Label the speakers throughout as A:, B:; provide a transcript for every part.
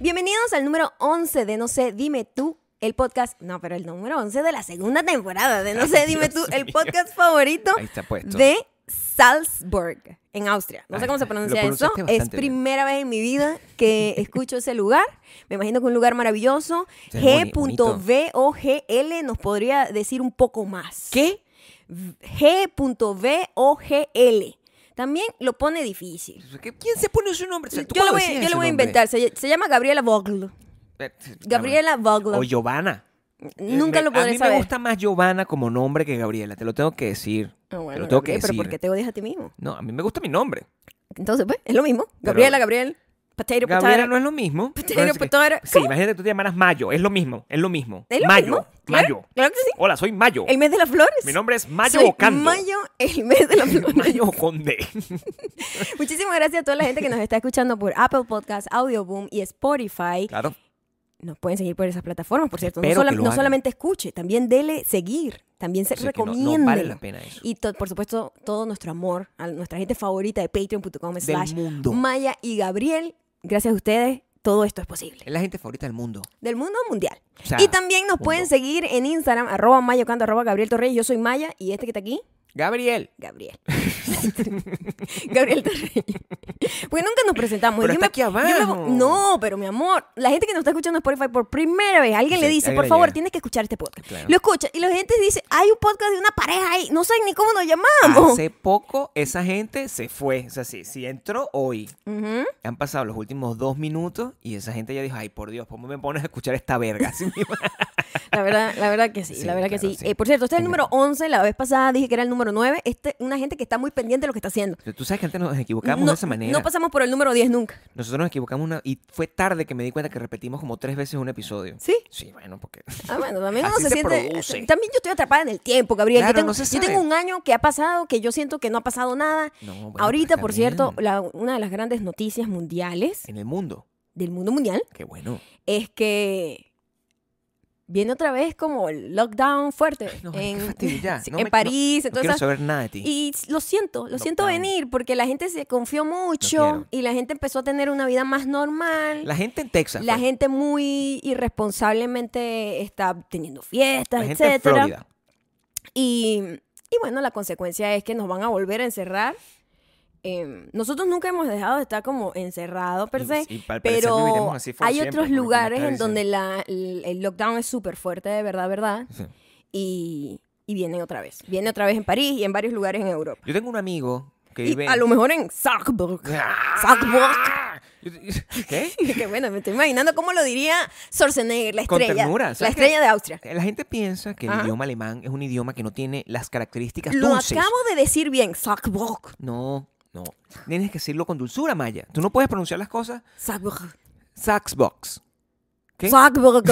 A: Bienvenidos al número 11 de No sé, dime tú, el podcast, no, pero el número 11 de la segunda temporada de No sé,
B: Ay,
A: dime
B: Dios
A: tú, el
B: mío.
A: podcast favorito
B: Ahí está puesto.
A: de Salzburg, en Austria. No sé
B: Ahí
A: cómo se
B: está, lo
A: pronuncia eso.
B: pronunciaste
A: Es
B: bastante bien.
A: primera vez en mi vida que escucho ese lugar. Me imagino que un lugar maravilloso.
B: Sí, boni- bonito.
A: G.V.O.G.L. nos podría decir un poco más.
B: ¿Qué?
A: G.V.O.G.L. También lo pone difícil.
B: ¿Qué- ¿Quién se pone su nombre? O sea, ¿tú
A: Yo lo
B: cómo
A: voy,
B: decías
A: yo lo
B: ese
A: voy a
B: nombre?
A: inventar. Se, se llama Gabriela Vogel.
B: Eh,
A: Gabriela Vogel.
B: O Giovanna.
A: Nunca
B: Eh,
A: lo
B: me-
A: podré
B: A mí
A: saber.
B: me gusta más Giovanna como nombre que Gabriela, te lo tengo que decir.
A: Ah, bueno,
B: te lo tengo
A: Gabriel,
B: que
A: pero
B: decir.
A: ¿por qué te odias a ti mismo?
B: No, a mí me gusta mi nombre.
A: Entonces, pues, es lo mismo. Gabriela, Gabriel. Potato, potato.
B: Gabriela no es lo mismo.
A: Potato,
B: No sé qué.
A: potato.
B: Sí, imagínate que tú te llamaras Mayo, es lo mismo, es lo mismo.
A: ¿Es lo
B: Mayo,
A: mismo?
B: Mayo.
A: Claro, claro que sí.
B: Hola, soy Mayo.
A: El mes de las flores.
B: Mi nombre es Mayo
A: Soy
B: Ocando.
A: Mayo, el mes de las flores.
B: Mayo Conde.
A: Muchísimas gracias a toda la gente que nos está escuchando por Apple Podcast, Audioboom y Spotify.
B: Claro. Pues
A: Nos pueden seguir por esas plataformas, por cierto. No,
B: Espero que
A: solam-
B: lo
A: no
B: hagan.
A: solamente escuche, también dele seguir. También se
B: O sea, que no- no
A: recomiende.
B: vale la pena eso.
A: Y to- por supuesto, todo nuestro amor a nuestra gente favorita de patreon.com slash
B: mundo.
A: Maya y Gabriel. Gracias a ustedes, todo esto es posible.
B: Es la gente favorita del mundo.
A: Del mundo mundial.
B: O sea,
A: y también nos
B: mundo.
A: pueden seguir en Instagram, arroba mayocando, arroba Gabriel Torreyes. Yo soy Maya y este que está aquí,
B: Gabriel.
A: Gabriel. Gabriel Torreyes. Porque nunca nos presentamos.
B: Pero
A: Yo
B: está aquí
A: yo me-
B: abajo.
A: no, pero mi amor, la gente que nos está escuchando en Spotify por primera vez, alguien
B: Sí,
A: le dice,
B: alguien
A: por
B: le
A: favor,
B: llega.
A: tienes que escuchar este podcast.
B: Claro.
A: Lo escucha y la gente dice, hay un podcast de una pareja ahí, no sé ni cómo nos llamamos.
B: Hace poco esa gente se fue. O sea, sí, si entró hoy,
A: Ujú.
B: han pasado los últimos dos minutos y esa gente ya dijo, ay, por Dios, ¿cómo me pones a escuchar esta verga? Así mismo.
A: La verdad, la verdad que sí,
B: Sí,
A: la verdad que
B: claro,
A: sí.
B: sí.
A: Eh, por cierto, este es el
B: Sí.
A: número 11, la vez pasada dije que era el número 9. Este, una gente que está muy pendiente de lo que está haciendo.
B: Pero Tú sabes que antes nos equivocamos
A: no,
B: de esa manera.
A: no pasamos por el número 10 nunca.
B: Nosotros nos equivocamos una... y fue tarde que me di cuenta que repetimos como tres veces un episodio.
A: ¿Sí?
B: Sí, bueno, porque...
A: Ah, bueno, también uno
B: Así
A: se,
B: se
A: siente.
B: produce.
A: También yo estoy atrapada en el tiempo, Gabriel. yo,
B: Claro,
A: tengo,
B: no se
A: yo
B: sabe.
A: tengo un año que ha pasado que yo siento que no ha pasado nada.
B: No, bueno, pero
A: Ahorita,
B: está
A: por cierto,
B: bien.
A: la- una de las grandes noticias mundiales
B: En el mundo.
A: del mundo mundial
B: Qué bueno.
A: es que viene otra vez como el lockdown fuerte
B: No, marica, qué
A: en,
B: fastidio, ya.
A: sí,
B: No
A: en
B: me- no-
A: París.
B: No
A: entonces,
B: quiero saber nada de ti.
A: y lo siento, lo siento
B: Lockdown.
A: venir porque la gente se confió mucho
B: quiero.
A: y la gente empezó a tener una vida más normal.
B: La gente en Texas. pues.
A: La
B: fue.
A: gente muy irresponsablemente está teniendo fiestas,
B: La gente en
A: etcétera.
B: Florida.
A: Y, y bueno, la consecuencia es que nos van a volver a encerrar. Eh, nosotros nunca hemos dejado de estar como encerrados, per
B: Y-
A: se,
B: y al parecer
A: pero
B: viviremos así for
A: hay
B: siempre,
A: otros
B: por lo que me
A: lugares
B: está
A: en
B: diciendo.
A: donde la- el el lockdown es súper fuerte, de verdad, verdad,
B: Sí.
A: y, y viene otra vez. Viene otra vez en París y en varios lugares en Europa.
B: Yo tengo un amigo que
A: Y
B: vive... Ah.
A: a lo mejor en Salzburg. Salzburg.
B: ¿Qué?
A: que bueno, me estoy imaginando cómo lo diría Schwarzenegger, la
B: Con
A: estrella.
B: ternura,
A: la
B: ¿sabes qué?
A: estrella de Austria.
B: La gente piensa que el
A: Ajá.
B: idioma alemán es un idioma que no tiene las características
A: Lo
B: dulces.
A: acabo de decir bien. Salzburg.
B: No, no. Tienes que decirlo con dulzura, Maya. Tú no puedes pronunciar las cosas.
A: Salzburg.
B: Saxbox. ¿Qué?
A: Salzburg.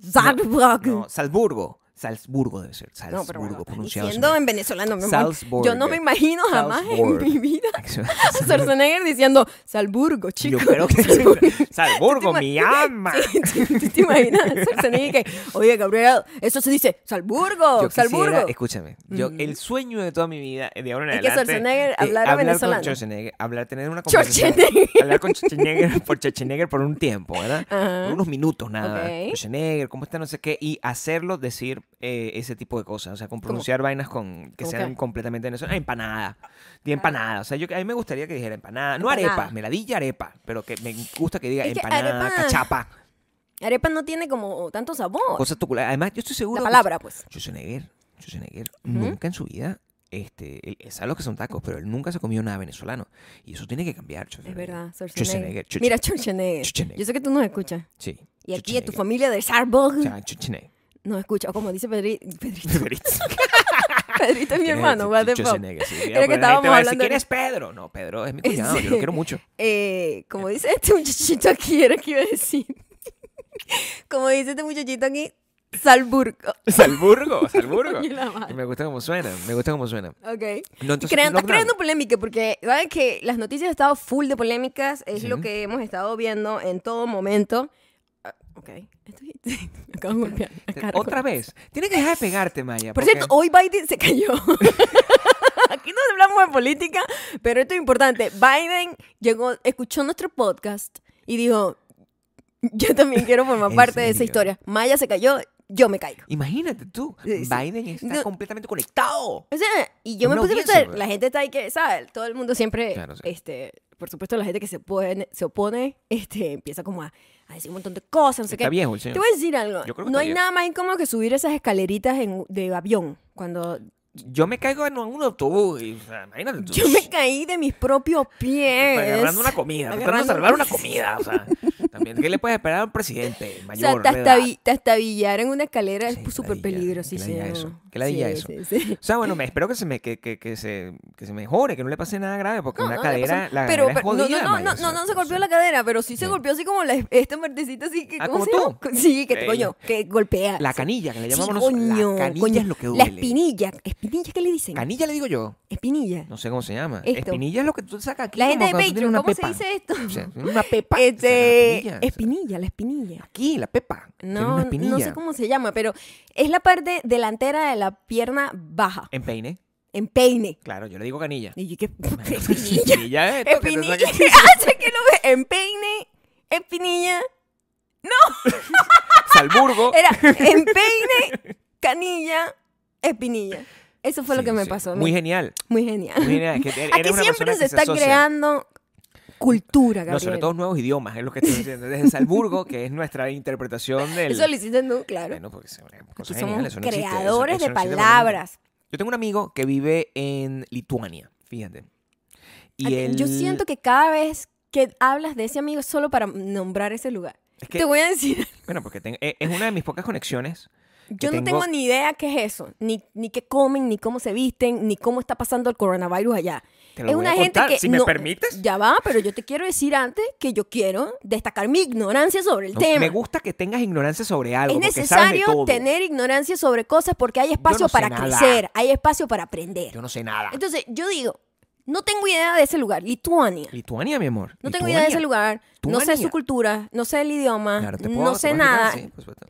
A: Salzburg.
B: No, Salzburgo. Salzburgo debe ser. Salzburgo,
A: No, pero bueno, estás
B: pronunciado.
A: diciendo en venezolano, mi amor.
B: Salzburg.
A: Yo no me imagino jamás en
B: Salzburg.
A: mi vida a
B: Salzburgo.
A: Schwarzenegger diciendo Salzburgo,
B: Yo
A: chico.
B: creo que
A: Salzburgo.
B: Salzburgo,
A: ¿Tú te
B: mi
A: imaginas?
B: alma.
A: Sí, ¿tú- tú te imaginas a Schwarzenegger que, oye, Gabriel, eso se dice Salzburgo,
B: Yo quisiera-
A: Salzburgo.
B: escúchame, yo, el sueño de toda mi vida, eh, de ahora en
A: Mm. Es que
B: adelante,
A: Schwarzenegger
B: eh,
A: hablara venezolano.
B: con Schwarzenegger, hablar, tener una conversación,
A: Schwarzenegger.
B: hablar con Schwarzenegger, por Schwarzenegger por un tiempo, ¿verdad?
A: Ajá.
B: Por unos minutos nada,
A: Ok.
B: Schwarzenegger, cómo está, no sé qué, y hacerlo decir eh, ese tipo de cosas, o sea, con pronunciar vainas con, que
A: ¿Cómo
B: sean
A: qué? Ah.
B: completamente venezolanas, Ah, empanada, de empanada, o sea, yo, a mí me gustaría que dijera empanada, no
A: Empanada.
B: arepa, me la di ya arepa, pero que me gusta que diga
A: Es que
B: empanada,
A: arepa-
B: cachapa,
A: Arepa no tiene como tanto sabor.
B: cosas tuculares, además yo estoy seguro
A: La
B: que-
A: palabra, pues.
B: Schwarzenegger, Schwarzenegger nunca en su vida, este, él, él sabe lo que son tacos, pero él nunca se comió nada venezolano. Y eso tiene que cambiar,
A: pues. Es
B: Schwarzenegger.
A: verdad, Schwarzenegger.
B: Schwarzenegger. Schwarzenegger.
A: Mira, Schwarzenegger.
B: Schwarzenegger.
A: Yo sé que tú nos escuchas.
B: Sí.
A: Y aquí a tu
B: Schwarzenegger.
A: familia de Sarburg
B: O sea, Schwarzenegger.
A: nos escucha. O como dice Pedri- Pedrito.
B: Pedrito.
A: Pedrito es mi hermano, what the fuck.
B: Schwarzenegger, sí.
A: Era que
B: Pero la gente
A: estábamos
B: va a decir,
A: hablando.
B: ¿Quién es Pedro? No, Pedro es mi cuñado,
A: Sí.
B: yo lo quiero mucho.
A: Eh, como dice este muchachito aquí, era que iba a decir. Como dice este muchachito aquí, Oh, Salburgo.
B: Salburgo, Salburgo.
A: Coño, la madre.
B: me gusta cómo suena, me gusta cómo suena.
A: Ok.
B: No, entonces,
A: Crean, está
B: lockdown.
A: creando polémica porque saben que las noticias han estado full de polémicas, es lo que hemos estado viendo en todo momento. Ah, ok, Estoy- me acabo de golpear la cara
B: Otra
A: con-
B: vez. Tienes que dejar de pegarte, Maya.
A: Por
B: porque-
A: cierto, hoy Biden se cayó. Aquí no hablamos de política, pero esto es importante. Biden llegó, escuchó nuestro podcast y dijo, Yo también quiero formar
B: ¿En
A: parte de esa
B: serio?
A: historia. Maya se cayó, yo me caigo.
B: Imagínate tú,
A: Sí, sí.
B: Biden está
A: No.
B: completamente conectado.
A: O sea, y yo me
B: Una
A: puse a
B: audiencia,
A: pensar,
B: pues.
A: la gente está ahí que, ¿sabes? Todo el mundo siempre,
B: Claro, sí.
A: este, por supuesto, la gente que se opone, se opone este, empieza como a, a decir un montón de cosas, no sé
B: Está
A: qué.
B: viejo el
A: Te
B: señor.
A: voy a decir algo.
B: Yo creo que
A: No
B: está
A: hay
B: bien.
A: nada más incómodo que subir esas escaleritas en- de avión. Cuando
B: Yo me caigo en un autobús. y, o sea, imagínate tú. pues,
A: yo me caí de mis propios pies.
B: Agarrando una comida, tratando de
A: Agarrando-
B: salvar una comida. O sea, también, ¿qué le puedes esperar a un presidente
A: O
B: mayor?
A: sea,
B: de edad?
A: tastavi- tastavillar en una escalera
B: Sí, qué
A: es súper
B: ladilla,
A: peligrosísimo.
B: qué ladilla eso, qué ladilla eso.
A: Sí, sí, sí.
B: O sea, bueno, me espero que se me que, que, que se que se mejore, que no le pase nada grave, porque
A: No,
B: una
A: no, le
B: cadera,
A: pasó-
B: la
A: pero,
B: cadera es
A: pero- no,
B: jodida,
A: no, no,
B: Maya,
A: no,
B: o sea,
A: no, no se
B: o
A: golpeó
B: sea,
A: la cadera, pero sí se
B: Sí.
A: golpeó así como la- esta partecita así que
B: Ah,
A: ¿cómo
B: ¿como
A: se llama? Sí, que
B: Ok.
A: coño, que golpea.
B: la
A: Sí,
B: canilla, que le
A: sí,
B: llamamos nosotros,
A: coño,
B: la canilla
A: coño.
B: es lo que
A: La
B: duele.
A: espinilla, espinilla ¿qué le dicen?
B: Canilla le digo yo,
A: Espinilla.
B: no sé cómo se llama.
A: Esto.
B: Espinilla es lo que tú sacas aquí.
A: La gente de
B: como cuando tú tienes
A: Patreon,
B: una
A: ¿cómo
B: pepa.
A: se dice esto?
B: O sea, tienes una pepa. y sacas la
A: Este,
B: espinilla, o sea,
A: espinilla, la espinilla.
B: aquí, la pepa. tiene una
A: No,
B: espinilla.
A: no sé cómo se llama, pero es la parte delantera de la pierna baja,
B: En peine,
A: en peine.
B: claro, yo le digo canilla.
A: Y yo, ¿qué espinilla?
B: Espinilla es esto que te
A: Espinilla.
B: sacas-
A: Hace que lo ve en peine, espinilla.
B: Salburgo.
A: Era en peine, canilla, espinilla. Eso fue lo
B: Sí,
A: que me
B: sí.
A: pasó. a mí.
B: Muy genial.
A: Muy genial.
B: Muy genial. Es que eres
A: Aquí
B: una persona
A: siempre
B: que
A: se está
B: asocia.
A: creando cultura, Gabriel.
B: No, sobre todo nuevos idiomas, es lo que estoy diciendo. Desde Salburgo, que es nuestra interpretación del.
A: Eso lo hiciste tú, claro.
B: Bueno, porque son eh, cosas
A: Aquí
B: geniales,
A: somos
B: eso no existe, eso-
A: creadores
B: eso
A: de
B: no existe por el mundo.
A: palabras.
B: Yo tengo un amigo que vive en Lituania, fíjate. Y
A: Aquí-
B: él,
A: Yo siento que cada vez que hablas de ese amigo es solo para nombrar ese lugar.
B: Es que-
A: Te voy a decir,
B: Bueno, porque tengo- es es una de mis pocas conexiones.
A: yo no
B: tengo-
A: tengo ni idea qué es eso, ni, ni qué comen, ni cómo se visten, ni cómo está pasando el coronavirus allá.
B: Te lo
A: es
B: voy
A: una
B: a
A: gente
B: contar,
A: que
B: si me
A: no-
B: permites.
A: Ya va, pero yo te quiero decir antes que yo quiero destacar mi ignorancia sobre el
B: No,
A: tema.
B: me gusta que tengas ignorancia sobre algo.
A: es
B: porque sabes de
A: necesario
B: todo.
A: tener ignorancia sobre cosas porque hay espacio
B: sé
A: para
B: nada.
A: crecer, hay espacio para aprender.
B: Yo no sé nada.
A: Entonces, yo digo, no tengo idea de ese lugar, Lituania.
B: Lituania, mi amor.
A: No tengo idea de ese
B: Lituania.
A: lugar, no sé
B: Lituania.
A: su cultura, no sé el idioma,
B: Claro, te puedo-
A: no
B: te
A: sé
B: puedo explicar,
A: nada.
B: sí, pues, por supuesto.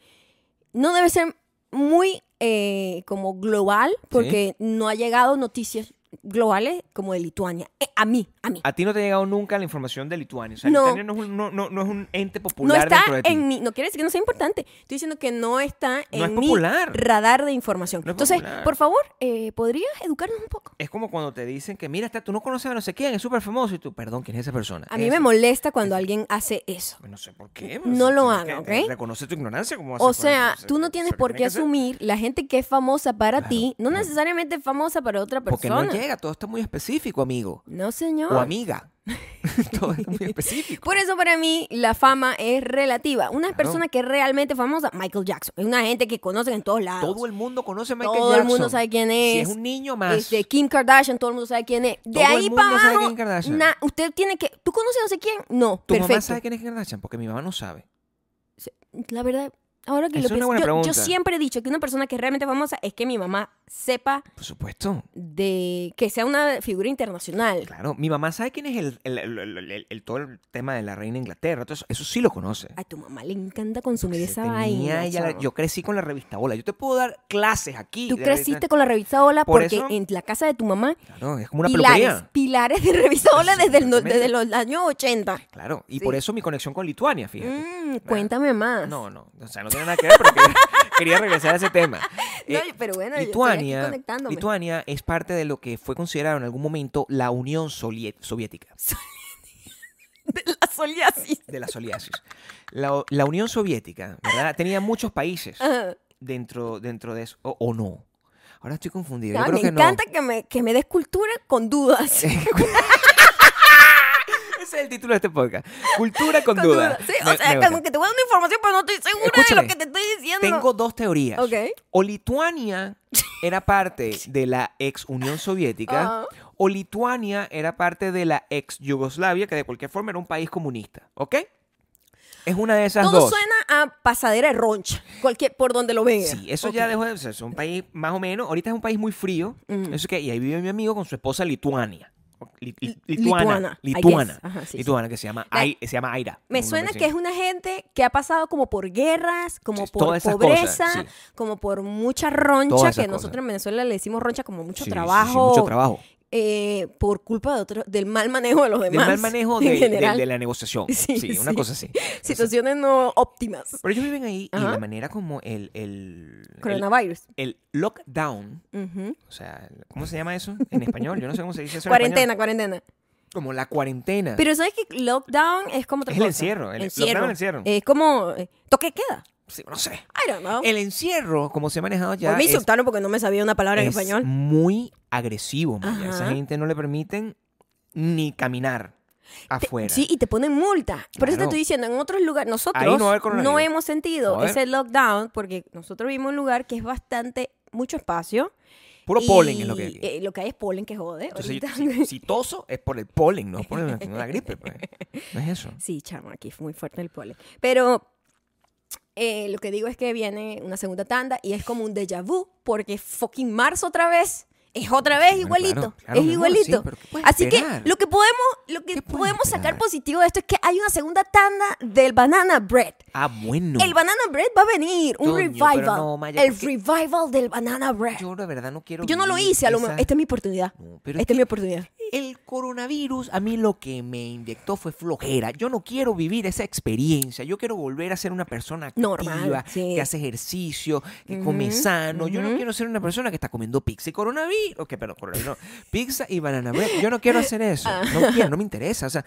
A: No debe ser muy eh, como global porque no ha llegado noticias globales como de Lituania. Eh, a mí, a mí.
B: A ti no te ha llegado nunca la información de Lituania. O sea,
A: No.
B: Lituania no es un, no, no- no es un ente
A: No
B: popular
A: está
B: dentro de ti.
A: en mi, no quiere decir que no sea importante. Estoy diciendo que no está
B: No es
A: en mi
B: popular.
A: radar de información.
B: No es
A: Entonces,
B: popular.
A: por favor, eh, ¿podrías educarnos un poco?
B: Es como cuando te dicen que, mira, está, tú no conoces a no sé quién, es súper famoso. Y tú, perdón, ¿quién es esa persona?
A: A mí
B: Es-
A: me molesta cuando alguien hace eso.
B: No sé por qué.
A: No
B: pero
A: lo
B: tienes
A: hagan,
B: que eh,
A: ¿ok?
B: Reconoce tu ignorancia. Como
A: O sea, tú no tienes por qué asumir la gente que es famosa para
B: Claro,
A: ti, no
B: claro.
A: necesariamente es famosa para otra
B: Porque
A: persona.
B: no llega, todo está muy específico, amigo.
A: No, señor.
B: O amiga. todo está muy específico.
A: Por eso para mí la fama es relativa. Una
B: Claro.
A: persona que es realmente famosa, Michael Jackson, es una gente que conocen en todos lados.
B: Todo el mundo conoce a Michael
A: Todo
B: Jackson.
A: el mundo sabe quién
B: Si
A: es.
B: es un niño más.
A: Este, Kim Kardashian, todo el mundo sabe quién es. De
B: Todo el
A: ahí
B: mundo
A: para
B: sabe
A: abajo,
B: quién es Kardashian.
A: na- usted tiene que... ¿Tú conoces no sé quién? No,
B: ¿Tu mamá
A: perfecto.
B: sabe quién es Kardashian? Porque mi mamá no sabe.
A: La verdad, ahora que lo
B: Esa es una
A: pienso,
B: buena
A: yo- yo,
B: pregunta.
A: siempre he dicho que una persona que es realmente famosa es que mi mamá sepa
B: Por supuesto.
A: de... que sea una figura internacional.
B: Claro, mi mamá sabe quién es el, el- el- el- el- el- todo el tema de la reina de Inglaterra, todo eso, eso sí lo conoce.
A: A tu mamá le encanta consumir
B: Se
A: esa
B: tenía
A: vaina.
B: ella la-
A: chamo.
B: yo crecí con la revista Hola. Yo te puedo dar clases aquí.
A: Tú
B: de la revista-
A: creciste con la revista Hola
B: Por
A: porque
B: eso-
A: en la casa de tu mamá
B: Claro, es como una
A: pilares,
B: peluquería.
A: pilares de revista Hola
B: Sí,
A: desde, el no-
B: exactamente.
A: desde los años 80.
B: Claro, y
A: Sí.
B: por eso mi conexión con Lituania, fíjate.
A: Mm, cuéntame más.
B: No, no, o sea, no tiene nada que ver, pero quería, quería regresar a ese tema.
A: No,
B: Eh,
A: pero bueno, yo estoy aquí
B: Lituania,
A: conectándome.
B: Lituania es parte de lo que fue considerado en algún momento la Unión Solie- Soviética,
A: De la psoriasis.
B: de la soliasis. La, la Unión Soviética, ¿verdad? Tenía muchos países.
A: Ajá.
B: dentro, dentro de eso, o, o no. Ahora estoy confundido.
A: Ah,
B: Yo creo
A: me
B: que
A: encanta que, me, que me des cultura con dudas.
B: no. Ese es el título de este podcast. Cultura con,
A: Con
B: duda.
A: dudas. Sí,
B: Me-
A: o sea,
B: me
A: como
B: gusta.
A: que te voy a dar una información, pero no estoy segura de
B: Escúchame,
A: lo que te estoy diciendo.
B: Tengo dos teorías.
A: Ok.
B: O Lituania era parte de la ex Unión Soviética, o Lituania era parte de la ex Yugoslavia, que de cualquier forma era un país comunista. ¿Ok? Es una de esas
A: Todo
B: dos.
A: suena a pasadera de roncha, cualquier, por donde lo veas.
B: Sí, eso ya dejó de ser es un país más o menos. Ahorita es un país muy frío.
A: Ujú.
B: Eso que, y ahí vive mi amigo con su esposa lituania. Li- li-
A: Li-
B: lituana.
A: lituana, I
B: Lituana.
A: guess. Ajá, sí,
B: lituana, que se llama,
A: La-
B: Ai- se llama Aira.
A: Me
B: un
A: suena
B: nombre
A: que es
B: así.
A: una gente que ha pasado como por guerras, como
B: Sí,
A: por
B: todas esas
A: pobreza,
B: cosas, sí.
A: como por mucha
B: Todas
A: roncha,
B: esas
A: que nosotros
B: cosas.
A: en Venezuela le decimos roncha como mucho
B: Sí, sí, sí,
A: trabajo.
B: mucho trabajo.
A: eh, por culpa de otro, del mal manejo de los
B: Del
A: demás.
B: mal manejo
A: en
B: de, de-
A: general.
B: de la negociación.
A: Sí,
B: Sí, una
A: sí.
B: cosa así.
A: Situaciones no óptimas.
B: Pero ellos viven ahí y
A: Ajá.
B: la manera como el, el, el,
A: Coronavirus.
B: el lockdown,
A: Ujú.
B: o sea, ¿cómo se llama eso en español? Yo no sé cómo se dice eso en español.
A: Cuarentena, cuarentena.
B: Como la cuarentena.
A: Pero ¿sabes que Lockdown es como otra
B: Ah. Es el
A: cosa.
B: encierro, el- lockdown, el encierro.
A: Es como eh, toque de queda.
B: Sí, no sé.
A: I don't know.
B: El encierro, como se ha manejado Eh, ya,
A: Hoy me
B: es-
A: insultaron porque no me sabía una palabra en
B: es
A: español.
B: muy agresivo. Maya. Esa
A: Ajá.
B: gente no le permiten ni caminar
A: Te-
B: afuera.
A: Sí, y te ponen multa. Por eso te
B: Claro.
A: estoy diciendo, en otros lugares, nosotros
B: Ahí no va a haber
A: no,
B: coronavirus.
A: hemos sentido
B: No va a haber.
A: ese lockdown porque nosotros vivimos en un lugar que es bastante, mucho espacio.
B: Puro
A: y,
B: polen es lo que hay. aquí.
A: eh, lo que hay es polen que jode.
B: Entonces,
A: ahorita.
B: si, si toso es por el polen, no es por la, la gripe. pues. No es eso.
A: Sí, chamo, aquí fue muy fuerte el polen. Pero eh, lo que digo es que viene una segunda tanda y es como un déjà vu, porque fucking marzo otra vez. Es otra vez
B: Bueno,
A: igualito.
B: claro, claro,
A: es
B: mi amor,
A: igualito.
B: sí, pero ¿qué puedes
A: Así que
B: esperar?
A: lo que podemos, lo que
B: ¿Qué puedes
A: podemos sacar
B: esperar?
A: positivo de esto es que hay una segunda tanda del banana bread.
B: Ah, bueno.
A: El banana bread va a venir, un
B: Coño, pero
A: revival.
B: no, Maya,
A: el
B: es que-
A: revival del banana bread. Yo,
B: Yo de verdad no quiero.
A: no lo
B: vivir
A: hice, a lo este
B: esa-
A: mejor. Esta es mi oportunidad.
B: No, pero
A: Esta
B: es
A: es mi oportunidad.
B: El coronavirus a mí lo que me inyectó fue flojera. Yo no quiero vivir esa experiencia. Yo quiero volver a ser una persona activa,
A: Normal, sí.
B: que hace ejercicio, que come sano. Yo no quiero ser una persona que está comiendo pizza y coronavirus. Ok, pero coronavirus no. Pizza y banana bread. Yo no quiero hacer eso.
A: Ah.
B: No quiero, no me interesa. O sea,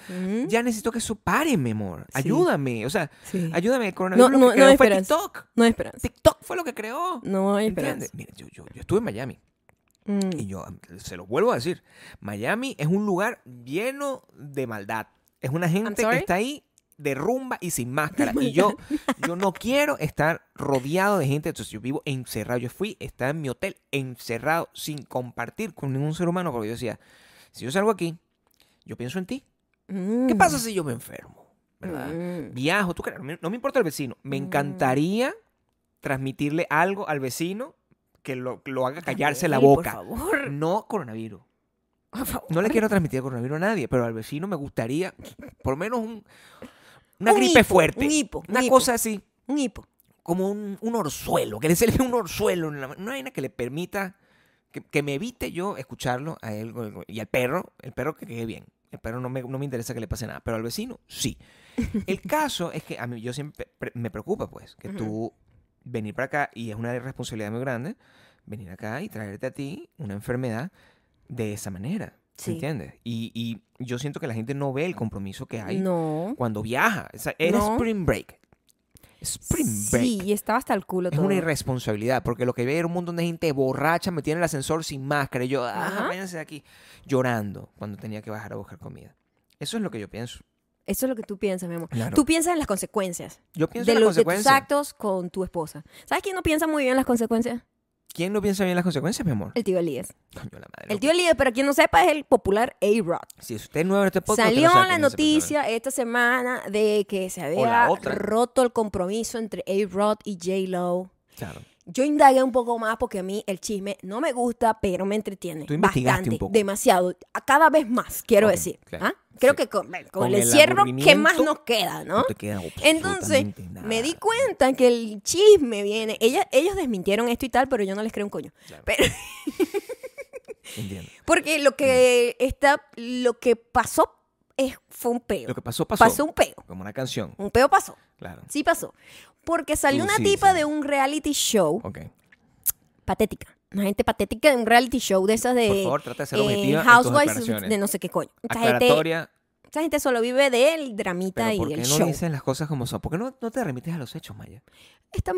B: ya necesito que eso pare, mi amor. Ayúdame. O sea,
A: Sí.
B: ayúdame. El
A: No,
B: coronavirus lo
A: no,
B: que
A: no
B: creó
A: hay
B: fue
A: esperanza.
B: TikTok.
A: No hay esperanza.
B: TikTok fue lo que creó.
A: No hay esperanza.
B: ¿Entiendes? Mira, yo, yo, yo estuve en Miami.
A: Mm.
B: Y yo eh, se lo vuelvo a decir, Miami es un lugar lleno de maldad. Es una gente que
A: sorry?
B: está ahí de rumba y sin máscara. Y yo, yo no quiero estar rodeado de gente. Entonces yo vivo encerrado. Yo fui, estaba en mi hotel encerrado sin compartir con ningún ser humano. Porque yo decía, si yo salgo aquí, yo pienso en ti. ¿Qué
A: Mm.
B: pasa si yo me enfermo? ¿Verdad?
A: Mm.
B: Viajo, tú crees, no me- no me importa el vecino. Me encantaría transmitirle algo al vecino que lo, lo haga callarse la
A: Gabriel,
B: boca.
A: Por favor.
B: No coronavirus.
A: Por favor.
B: No le quiero transmitir coronavirus a nadie, pero al vecino me gustaría por lo menos un- una
A: Un
B: gripe
A: hipo,
B: fuerte.
A: un hipo, un
B: una
A: hipo.
B: cosa así,
A: Un hipo.
B: como un, un orzuelo, que le se le dé un orzuelo, en la ma- una vaina que le permita, que, que me evite yo escucharlo a él o- o- y al perro, el perro que quede bien. El perro no me, no me interesa que le pase nada, pero al vecino sí. El caso es que a mí yo siempre pre- me preocupa, pues, que
A: Ujú.
B: tú venir para acá, y es una responsabilidad muy grande, venir acá y traerte a ti una enfermedad de esa manera.
A: Sí.
B: ¿Me entiendes? Y, y yo siento que la gente no ve el compromiso que hay
A: No.
B: cuando viaja. O sea, era
A: No.
B: Spring Break. Spring Break.
A: Sí, y estaba hasta el culo
B: Es
A: todo.
B: una irresponsabilidad, porque lo que veía era un montón de gente borracha metida en el ascensor sin máscara. Y yo, ah,
A: Ajá.
B: váyanse de aquí. Llorando cuando tenía que bajar a buscar comida. Eso es lo que yo pienso.
A: Eso es lo que tú piensas, mi amor.
B: Claro.
A: Tú piensas en las consecuencias
B: Yo pienso
A: de,
B: en las
A: los, de tus
B: consecuencias.
A: actos con tu esposa. ¿Sabes quién no piensa muy bien en las consecuencias?
B: ¿Quién no piensa bien en las consecuencias, mi amor?
A: El tío Elías.
B: Coño, la madre.
A: El tío Elías, para quien no sepa, es el popular A-Rod.
B: Si usted es nuevo en este podcast, usted
A: Salió
B: no sabe
A: la
B: quién es esa persona.
A: noticia esta semana de que se había
B: la otra.
A: roto el compromiso entre A-Rod y J-Lo.
B: Claro.
A: Yo indagué un poco más porque a mí el chisme no me gusta, pero me entretiene.
B: Tú investigaste
A: bastante,
B: un poco.
A: Demasiado. A Cada vez más, quiero
B: Ok,
A: decir.
B: claro.
A: ¿Ah? Creo
B: Sí.
A: que con, con
B: Con
A: el
B: el
A: encierro, ¿qué más
B: aburrimiento,
A: nos queda, no?
B: No te queda
A: Entonces,
B: absolutamente nada.
A: me di cuenta que el chisme viene. Ella, ellos desmintieron esto y tal, pero yo no les creo un coño.
B: Claro.
A: Pero-
B: Entiendo.
A: porque lo que está, lo que pasó es, fue un peo.
B: Lo que pasó, pasó.
A: pasó. un peo.
B: Como una canción,
A: Un peo pasó.
B: claro.
A: Sí pasó. Porque salió
B: Sí,
A: una
B: sí,
A: tipa
B: sí. Oh.
A: de un reality show
B: Ok.
A: patética. Una gente patética de un reality show de esas de.
B: Por favor, trata de ser objetiva en tus
A: Eh, Housewives
B: declaraciones.
A: de no sé qué coño. Esa gente,
B: Aclaratoria.
A: esa gente solo vive del dramita
B: Pero
A: y
B: ¿por
A: del
B: qué no
A: show.
B: dices las cosas como son? ¿Por qué no, no te remites a los hechos, Maya?
A: Esta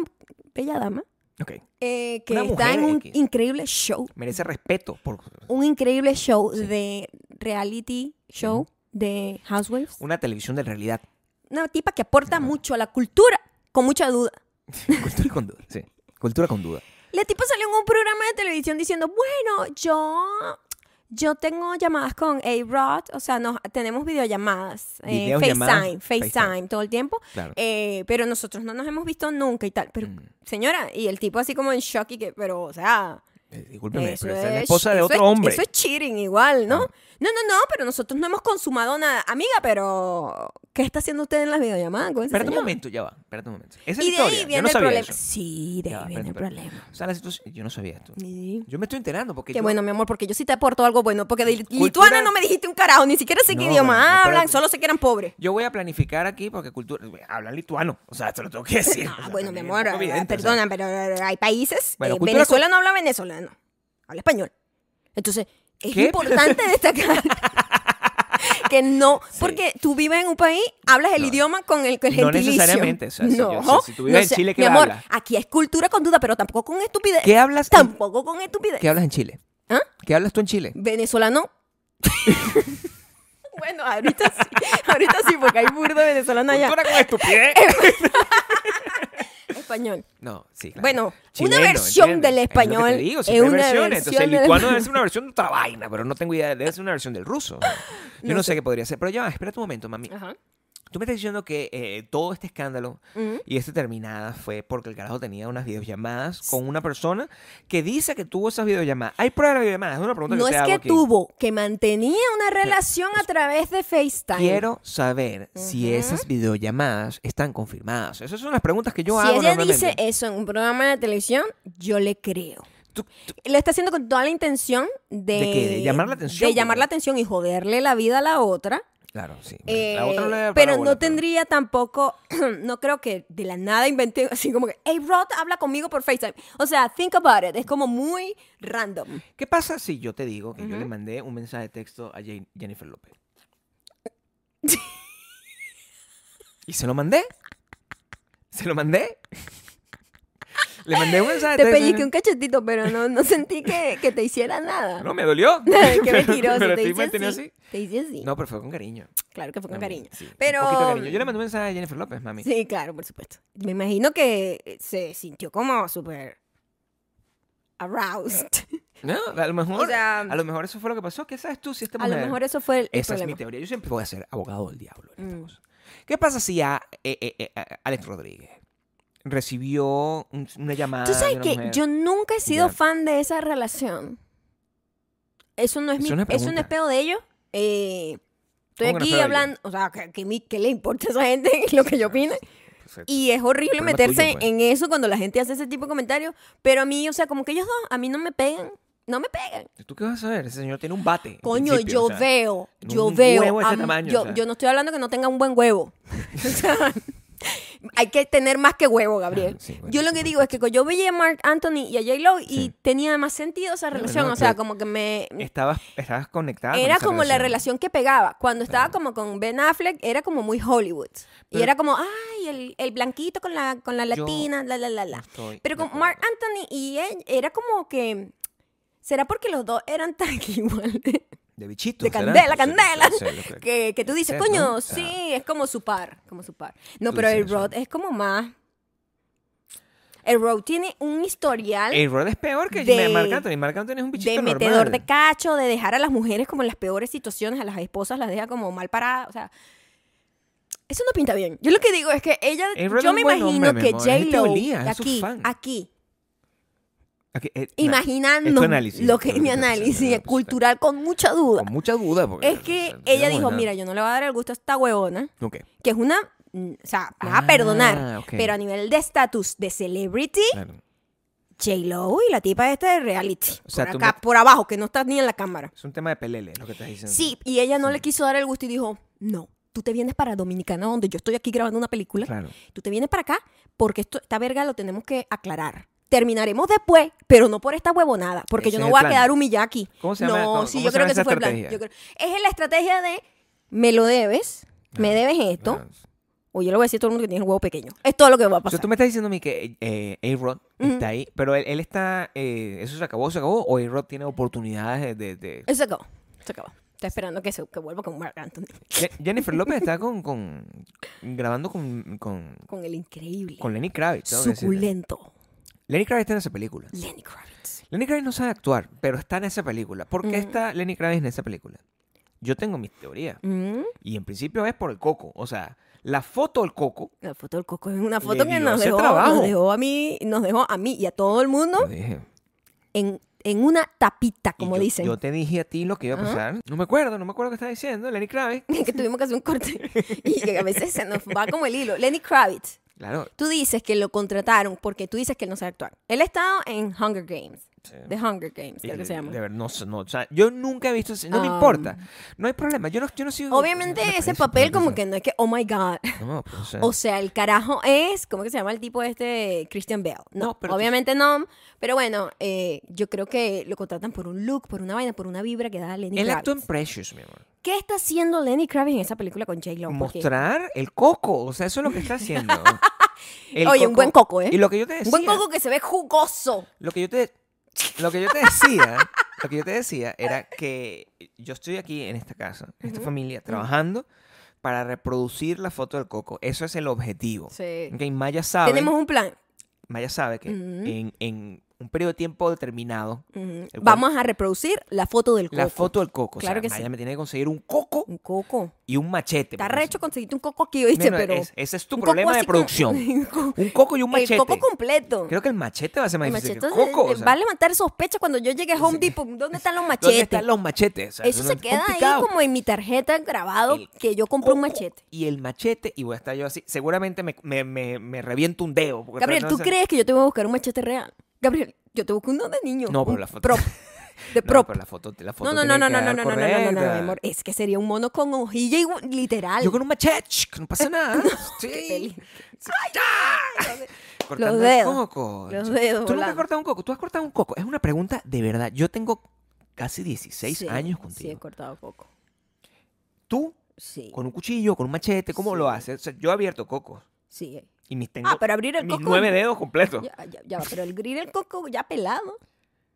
A: bella dama
B: Ok.
A: eh, que
B: Una
A: está
B: mujer
A: en un
B: X.
A: increíble show.
B: Merece respeto. Por...
A: Un increíble show
B: Sí.
A: de reality show
B: Ujú.
A: de Housewives.
B: Una televisión de realidad.
A: Una tipa que aporta mucho a la cultura, con mucha duda.
B: Cultura con duda. Sí. Cultura con duda.
A: La tipa salió en un programa de televisión diciendo, bueno, yo, yo tengo llamadas con A-Rod, o sea, nos, tenemos videollamadas, eh,
B: Videollamadas,
A: FaceTime,
B: FaceTime.
A: FaceTime todo el tiempo,
B: Claro.
A: eh, pero nosotros no nos hemos visto nunca y tal, pero
B: Mm.
A: señora, y el tipo así como en shock y que, pero, o sea,
B: Eh, Discúlpeme, pero esa es la
A: es-
B: esposa de
A: eso
B: otro
A: es-
B: hombre.
A: Eso es cheating igual, ¿no?
B: Ajá.
A: No, no, no, pero nosotros no hemos consumado nada. Amiga, pero, ¿qué está haciendo usted en las videollamadas con ese
B: Espérate un
A: señor?
B: momento, ya va. espérate un momento.
A: Y
B: Esa es la
A: de
B: historia.
A: ahí
B: yo no
A: viene el
B: sabía
A: problema.
B: eso.
A: Sí, de
B: Ya
A: ahí
B: va,
A: viene el
B: espérate, espérate.
A: problema.
B: O sea, la situación... Yo no sabía esto.
A: Sí.
B: Yo me estoy enterando porque
A: Qué
B: yo-
A: bueno, mi amor, porque yo sí te aporto algo bueno. Porque de
B: Cultura-
A: Lituania no me dijiste un carajo, ni siquiera sé qué
B: No,
A: idioma
B: bueno, no,
A: hablan,
B: espérate.
A: solo sé que eran pobres.
B: Yo voy a planificar aquí porque cultura... Hablan lituano. O sea, te lo tengo que decir. O
A: Ah,
B: sea,
A: bueno, mi
B: también es
A: amor,
B: un poco
A: ah,
B: evidente, o sea.
A: perdona, pero eh, hay países.
B: Bueno,
A: eh,
B: cultura
A: Venezuela no habla venezolano, habla español. Entonces, es
B: ¿Qué?
A: importante destacar que no, porque tú vives en un país, hablas el idioma con el, con el
B: No
A: gentilicio.
B: necesariamente, o sea, si yo- si- si tú vives en
A: sé,
B: Chile, ¿qué
A: Mi
B: la
A: amor,
B: hablas?
A: aquí es cultura con duda, pero tampoco con estupidez.
B: ¿Qué hablas, en-
A: Tampoco con estupidez.
B: ¿Qué hablas en Chile?
A: ¿Ah?
B: ¿Qué hablas tú en Chile?
A: venezolano. bueno, ahorita sí, ahorita sí, porque hay burdo venezolano allá.
B: Cultura con estupidez.
A: Español.
B: No, sí. claro.
A: Bueno,
B: Chileno,
A: una versión
B: ¿entiendes?
A: del
B: Es lo que te
A: español
B: digo,
A: es
B: siempre hay
A: una
B: versiones. Entonces, el
A: versión del-
B: lituano debe ser una versión de otra vaina, pero no tengo idea. Debe ser una versión del ruso. Yo no,
A: No
B: sé. qué podría ser. Pero ya, va, espérate un momento, mami.
A: Ajá.
B: Tú me estás diciendo que eh, todo este escándalo
A: Ujú.
B: y esta terminada fue porque el carajo tenía unas videollamadas con una persona que dice que tuvo esas videollamadas. ¿Hay pruebas de las videollamadas? Es una pregunta
A: No
B: que te
A: es
B: hago
A: que
B: aquí.
A: tuvo, que mantenía una relación a través de FaceTime.
B: Quiero saber si
A: Ujú.
B: esas videollamadas están confirmadas. Esas son las preguntas que yo
A: si
B: hago
A: ella
B: normalmente.
A: dice eh, eso en un programa de televisión, yo le creo.
B: Tú- tú-
A: Lo está haciendo con toda la intención de...
B: ¿De qué? ¿De llamar la atención?
A: De llamar la atención y joderle la vida a la otra.
B: Claro, sí.
A: Eh,
B: La otra no le da
A: pero
B: parábola,
A: no tendría tampoco, no creo que de la nada inventé así como que, hey Rod, habla conmigo por FaceTime. O sea, think about it, es como muy random.
B: ¿Qué pasa si yo te digo que yo le mandé un mensaje de texto a Jen- Jennifer López? y se lo mandé. Se lo mandé. le mandé un mensaje
A: Te
B: de texto.
A: pellizqué un cachetito, pero no, no sentí que, que te hiciera nada.
B: No, me dolió.
A: Qué
B: Pero-
A: mentiroso,
B: pero
A: te
B: estoy
A: hice así.
B: mantenido
A: Te hice así.
B: No, pero fue con cariño.
A: Claro que fue con
B: Mami,
A: cariño.
B: sí, un
A: Pero...
B: poquito de cariño. Yo le mandé un mensaje a Jennifer López, mami.
A: Sí, claro, por supuesto. Me imagino que se sintió como súper aroused.
B: No, a lo mejor.
A: O sea-
B: Eh, a lo mejor eso fue lo que pasó. ¿Qué sabes tú si esta
A: A
B: mujer.
A: lo mejor eso fue el, el
B: Esa es mi
A: problema.
B: teoría. Yo siempre voy a ser abogado del diablo en esta
A: Mm.
B: cosa. ¿Qué pasa si a, eh, eh, eh, a Alex Rodríguez recibió un- una llamada?
A: Tú
B: de
A: sabes
B: una
A: que
B: mujer?
A: yo nunca he sido
B: Ya.
A: fan de esa relación. Eso no es,
B: Es
A: mi. Es
B: una
A: un
B: pregunta.
A: espejo de ellos. Eh, estoy
B: ¿Cómo que no es
A: aquí
B: pedo de
A: hablando. O sea, ¿qué, qué, mi- qué le importa a esa gente lo que yo opine?
B: Perfecto.
A: Y es horrible
B: Problema tuyo,
A: meterse
B: pues.
A: en eso cuando la gente hace ese tipo de comentarios. Pero a mí, o sea, como que ellos dos, a mí no me pegan. No me pegan.
B: ¿Tú qué vas a ver? Ese señor tiene un bate. en
A: Coño,
B: principio,
A: yo
B: o sea,
A: veo,
B: en
A: yo
B: un
A: veo.
B: huevo de ese
A: am-
B: tamaño,
A: yo,
B: o sea.
A: yo no estoy hablando que no tenga un buen huevo. O sea, hay que tener más que huevo, Gabriel.
B: Ah, sí, bueno,
A: yo lo
B: sí,
A: que
B: por
A: digo es que yo veía a Mark Anthony y a J-Lo y
B: Sí.
A: tenía más sentido esa
B: Bueno,
A: relación.
B: no,
A: o sea,
B: pero-
A: como que me.
B: Estabas, estabas conectada. con
A: Era
B: esa
A: como la relación que pegaba. Cuando estaba como con Ben Affleck, era como muy Hollywood. y
B: Pero-
A: era como, ay, el, el blanquito con la, con la
B: Yo
A: latina, la, la, la, la.
B: no estoy
A: Pero
B: de
A: con Mark
B: acuerdo.
A: Anthony y él, era como que. ¿Será porque los dos eran tan iguales?
B: De bichitos.
A: ah, de
B: ¿será?
A: candela, candela.
B: No sé, no sé, no sé, no sé.
A: Que, que tú dices,
B: Ser, ¿no?
A: coño,
B: Ah.
A: sí, es como su par, como su par. No,
B: Tú
A: pero
B: dices
A: el
B: eso.
A: Rod es como más... El Rod tiene un historial
B: El rol es peor que
A: De-
B: Marc Anthony. Marc Anthony es un bichito
A: de
B: normal.
A: metedor de cacho, de dejar a las mujeres como en las peores situaciones, a las esposas las deja como mal paradas, o sea... Eso no pinta bien. Yo lo que digo es que ella,
B: El Rod
A: yo
B: es
A: me
B: un buen
A: imagino
B: hombre, mi
A: que
B: amor, es
A: J-Lo
B: teoría, es su
A: aquí,
B: fan.
A: aquí,
B: Ok, eh, nah, es
A: imaginando
B: tu análisis,
A: lo
B: es
A: que
B: lo que
A: mi
B: te estoy diciendo, es lo
A: análisis
B: que te-
A: cultural con mucha duda,
B: Con mucha duda. porque,
A: es
B: o
A: que
B: sea, no
A: ella
B: digamos
A: dijo,
B: nada.
A: mira, yo no le voy a dar el gusto a esta huevona,
B: Ok.
A: que es una, mm, o sea, me va
B: Ah,
A: a perdonar,
B: ok.
A: pero a nivel de estatus de celebrity,
B: Claro.
A: J-Lo y la tipa esta de reality,
B: O sea,
A: por
B: tú
A: acá,
B: me-
A: por abajo, que no está ni en la cámara.
B: Es un tema de pelele, es lo que estás diciendo.
A: Sí, y ella no le quiso dar el gusto y dijo, no, tú te vienes para Dominicana, donde yo estoy aquí grabando una película,
B: Claro.
A: tú te vienes para acá, porque esto, esta verga lo tenemos que aclarar. Terminaremos después, pero no por esta huevonada, porque yo
B: Ese es
A: no
B: el
A: voy a
B: plan.
A: quedar humillada aquí.
B: ¿Cómo se
A: no,
B: llama- cómo-
A: sí,
B: cómo
A: yo
B: se
A: creo
B: llama
A: que
B: esa
A: ese fue el plan.
B: estrategia?
A: Yo creo- Es la estrategia de, me lo debes, me debes esto,
B: Ah,
A: o yo le voy a decir a todo el mundo que tiene el huevo pequeño. Es todo lo que va a
B: O sea,
A: pasar.
B: tú me estás diciendo a mí que eh, eh, A-Rod está ahí, pero él, él está, eh, eso se acabó, se acabó, o A-Rod tiene oportunidades de... de- de-
A: Eso se acabó. Se acabó. Estoy esperando que, se, que vuelva con Mark Anthony.
B: Je- Jennifer López está con, con grabando con, con,
A: Con el increíble.
B: con Lenny Kravitz. tengo que decirte.
A: suculento.
B: Lenny Kravitz está en esa película.
A: Lenny Kravitz.
B: Lenny Kravitz no sabe actuar, pero está en esa película. ¿Por qué está Lenny Kravitz en esa película? Yo tengo mis teorías.
A: Mm,
B: Y en principio es por el coco. O sea, la foto del coco...
A: La foto del coco es una
B: Le
A: foto que
B: dio
A: nos
B: ese
A: dejó,
B: trabajo.
A: nos dejó a mí, nos dejó a mí y a todo el
B: Lo
A: mundo
B: dije.
A: en, en una tapita,
B: Y
A: como
B: yo-
A: dicen.
B: Yo te dije a ti lo que iba a
A: Ajá.
B: pasar. No me acuerdo, no me acuerdo qué estaba diciendo Lenny Kravitz.
A: que tuvimos que hacer un corte y que a veces se nos va como el hilo. Lenny Kravitz
B: Claro.
A: Tú dices que lo contrataron porque tú dices que él no sabe actuar. Él ha estado en Hunger Games. The Hunger Games, creo que se llama.
B: Eh, De ver, no, sé, no, o sea, yo nunca he visto ese- No me
A: Ah.
B: importa. No hay problema. Yo no, yo no soy...
A: Obviamente
B: no me
A: ese
B: parece-
A: papel
B: no me
A: como
B: parece-
A: que no es que, oh my God.
B: No, pues, o sea,
A: O sea, el carajo es, ¿cómo que se llama el tipo este? Christian Bale. No,
B: No, pero tú-
A: obviamente no. Pero bueno, eh, yo creo que lo contratan por un look, por una vaina, por una vibra que da Lenny
B: él
A: Kravitz.
B: actuó en Precious, mi amor.
A: ¿Qué está haciendo Lenny Kravitz en esa película con J. Lo? Porque-
B: Mostrar el coco. O sea, eso es lo que está haciendo. El
A: Oye, un buen coco, ¿eh?
B: Y lo que yo te decía...
A: Un buen coco que se ve jugoso.
B: Lo que yo te, lo que yo te decía, lo que yo te decía era que yo estoy aquí en esta casa, en esta familia, trabajando para reproducir la foto del coco. Eso es el objetivo.
A: Sí.
B: Ok, Maya sabe,
A: Tenemos un plan.
B: Maya sabe que
A: Ujú.
B: en, en un periodo de tiempo determinado,
A: Ujú.
B: cual-
A: Vamos a reproducir la foto del coco.
B: la foto del coco.
A: Claro
B: o sea,
A: que sí.
B: Maya me tiene que conseguir un coco
A: Un coco.
B: y un machete.
A: Está
B: porque
A: recho
B: eso-
A: conseguirte un coco aquí, ¿viste?
B: Bueno,
A: pero.
B: es- ese es tu
A: un coco
B: problema de
A: así como-
B: producción.
A: un co-
B: Un coco y un machete.
A: El coco completo.
B: Creo que el machete va a ser más
A: El
B: difícil que el
A: machete se-
B: coco. o
A: le
B: sea,
A: va a levantar sospecha cuando yo llegue a Home Depot. ¿Dónde están los machetes?
B: ¿Dónde están los machetes? O sea,
A: Eso
B: no
A: se
B: es
A: queda ahí
B: complicado.
A: como en mi tarjeta grabado
B: El Oh,
A: que yo compré un
B: coco
A: machete.
B: Y el machete, y voy a estar yo así. Seguramente me, me, me- me reviento un dedo. porque
A: Gabriel,
B: no
A: ¿tú
B: sé-
A: crees que yo te voy a buscar un machete real? Gabriel, yo te busco uno de niño.
B: No, pero
A: un
B: la foto-
A: prop, de
B: No,
A: prop.
B: pero la foto, la foto
A: No, no, no,
B: tiene
A: no,
B: que
A: no, no,
B: quedar
A: no, no, no, no, no, no,
B: correcta.
A: mi amor. Es que sería un mono con hojilla y gu- literal.
B: Yo con un machete, ch, que no pasa nada.
A: peli.
B: sí. Sí. ¡Ah! Cortando
A: Los
B: el
A: dedos.
B: coco.
A: Los
B: Tú
A: dedos
B: nunca has
A: volando.
B: cortado un coco. Tú has cortado un coco. Es una pregunta de verdad. Yo tengo casi 16
A: Sí, Sí,
B: años
A: he
B: contigo.
A: cortado coco.
B: Tú,
A: Sí,
B: con un cuchillo, con un machete, ¿cómo
A: Sí.
B: lo haces? O sea, yo he abierto cocos.
A: sí.
B: Y mis tengo
A: Ah, pero abrir el
B: mis
A: coco.
B: nueve dedos completos.
A: Ya, ya, ya va, pero el grill, el coco ya pelado.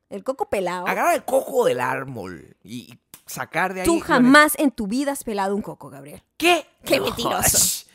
A: El coco pelado.
B: Agarrar el coco del árbol y sacar de ahí.
A: Tú
B: lo-
A: jamás en tu vida has pelado un coco, Gabriel.
B: ¿Qué?
A: ¡Qué
B: No,
A: mentiroso!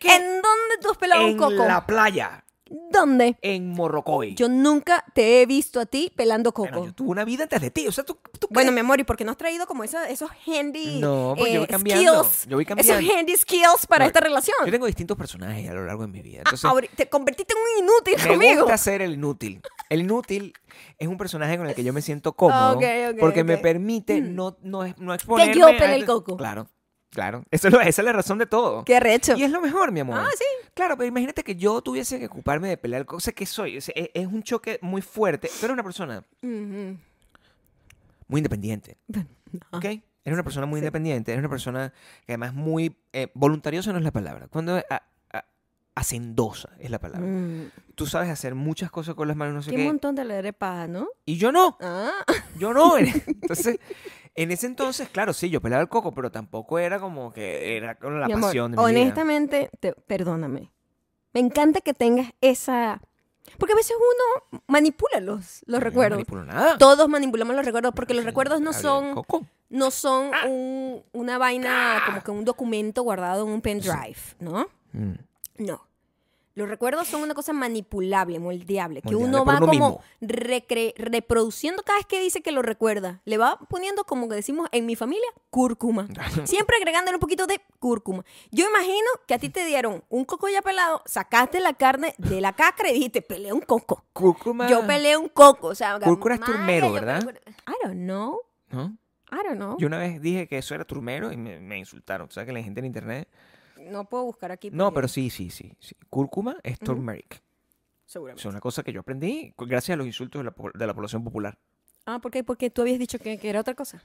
B: ¿Qué?
A: ¿En dónde tú has pelado un
B: En
A: coco?
B: la playa,
A: ¿Dónde?
B: en Morrocoy.
A: Yo nunca te he visto a ti pelando coco.
B: Bueno,
A: Bueno,
B: yo tuve una vida antes de ti. O sea, tú, tú
A: mi amor, ¿y por qué no has traído como esa- esos handy eh,
B: No, porque yo voy cambiando,
A: skills?
B: yo voy
A: Esos
B: cambiando.
A: handy skills para
B: No,
A: esta relación.
B: crees? Yo tengo distintos personajes a lo largo de mi vida.
A: Ah,
B: Entonces,
A: ahora te convertiste en un inútil
B: me
A: conmigo.
B: gusta ser el inútil. El inútil es un personaje con el que yo me siento cómodo
A: Ok, ok,
B: porque me
A: ok. Mm.
B: permite no, no, no exponerme. a-
A: pele el coco.
B: Claro, claro. Eso es lo- esa es la razón de todo.
A: Qué recho.
B: Y es lo mejor, mi amor.
A: Ah, sí.
B: Claro, pero imagínate que yo tuviese que ocuparme de pelear cosas que soy. O sea, e, es, es un choque muy fuerte. Tú eres una persona
A: Ujú.
B: muy independiente. ¿Ok? Eres una persona muy
A: Sí.
B: independiente. Eres una persona que además muy... eh, voluntariosa no es la palabra. Cuando... eh, a- a- hacendosa es la palabra.
A: Mm.
B: Tú sabes hacer muchas cosas con las manos, no sé
A: Qué
B: qué.
A: montón de leer paja, ¿no?
B: Y yo no.
A: Ah.
B: Yo no. Entonces... En ese entonces, claro, sí, yo pelaba el coco, pero tampoco era como que era con la
A: Mi amor,
B: pasión de mi vida.
A: honestamente, te- perdóname. Me encanta que tengas esa... Porque a veces uno manipula los, los
B: Yo no
A: recuerdos.
B: manipulo nada.
A: Todos manipulamos los recuerdos porque los
B: Sí,
A: recuerdos no
B: había el
A: son,
B: coco.
A: no son
B: Ah.
A: un- una vaina como que un documento guardado en un pendrive, ¿no?
B: Mm.
A: No. Los recuerdos son una cosa manipulable, moldeable, que
B: Moldeable
A: uno
B: por
A: va
B: uno
A: como
B: mismo.
A: recre- reproduciendo cada vez que dice que lo recuerda. Le va poniendo, como que decimos en mi familia, cúrcuma. Siempre agregándole un poquito de cúrcuma. Yo imagino que a ti te dieron un coco ya pelado, sacaste la carne de la cacra y dijiste, pelea un coco.
B: Cúrcuma.
A: Yo peleé un coco, o sea...
B: Cúrcura es
A: madre,
B: turmero,
A: yo-
B: ¿verdad?
A: I don't know,
B: ¿No?
A: I don't know.
B: Yo una vez dije que eso era turmero y me, me insultaron. ¿Sabes que la gente en internet?
A: no puedo buscar aquí.
B: No,
A: porque-
B: pero sí, sí, sí. sí. Cúrcuma es turmeric. Es
A: Seguramente.
B: una cosa que yo aprendí gracias a los insultos de la, po- de la población popular.
A: Ah, ¿por qué? Porque tú habías dicho que, que era otra cosa.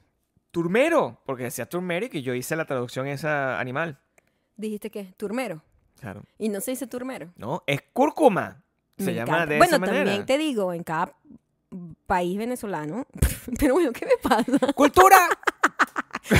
B: Turmero, porque decía turmeric y yo hice la traducción esa animal.
A: Dijiste que turmero.
B: Claro.
A: Y no se dice turmero.
B: No, es cúrcuma. Se
A: Me
B: llama
A: encanta.
B: de
A: Bueno,
B: esa manera.
A: también te digo, en cada país venezolano, pero bueno, ¿qué me pasa?
B: ¡Cultura!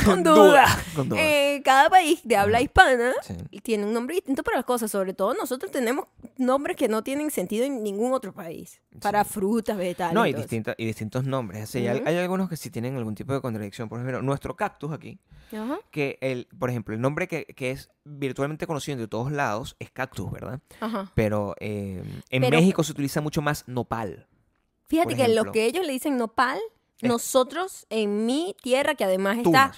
A: Con duda.
B: Con duda.
A: Eh, cada país de habla
B: Ajá.
A: hispana
B: Sí.
A: tiene un nombre distinto para las cosas. Sobre todo nosotros tenemos nombres que no tienen sentido en ningún otro país. Para frutas, vegetales.
B: No, y,
A: todo eso.
B: distinta- y distintos nombres. Así, hay,
A: Ujú.
B: hay algunos que sí tienen algún tipo de contradicción. Por ejemplo, nuestro cactus aquí,
A: Ajá,
B: que el, por ejemplo, el nombre que, que es virtualmente conocido de todos lados es cactus, ¿verdad?
A: ajá.
B: Pero eh, en
A: Pero-
B: México se utiliza mucho más nopal.
A: Fíjate
B: Por
A: que lo
B: ejemplo.
A: que ellos le dicen nopal,
B: Es-
A: nosotros en mi tierra, que además está
B: Tunas.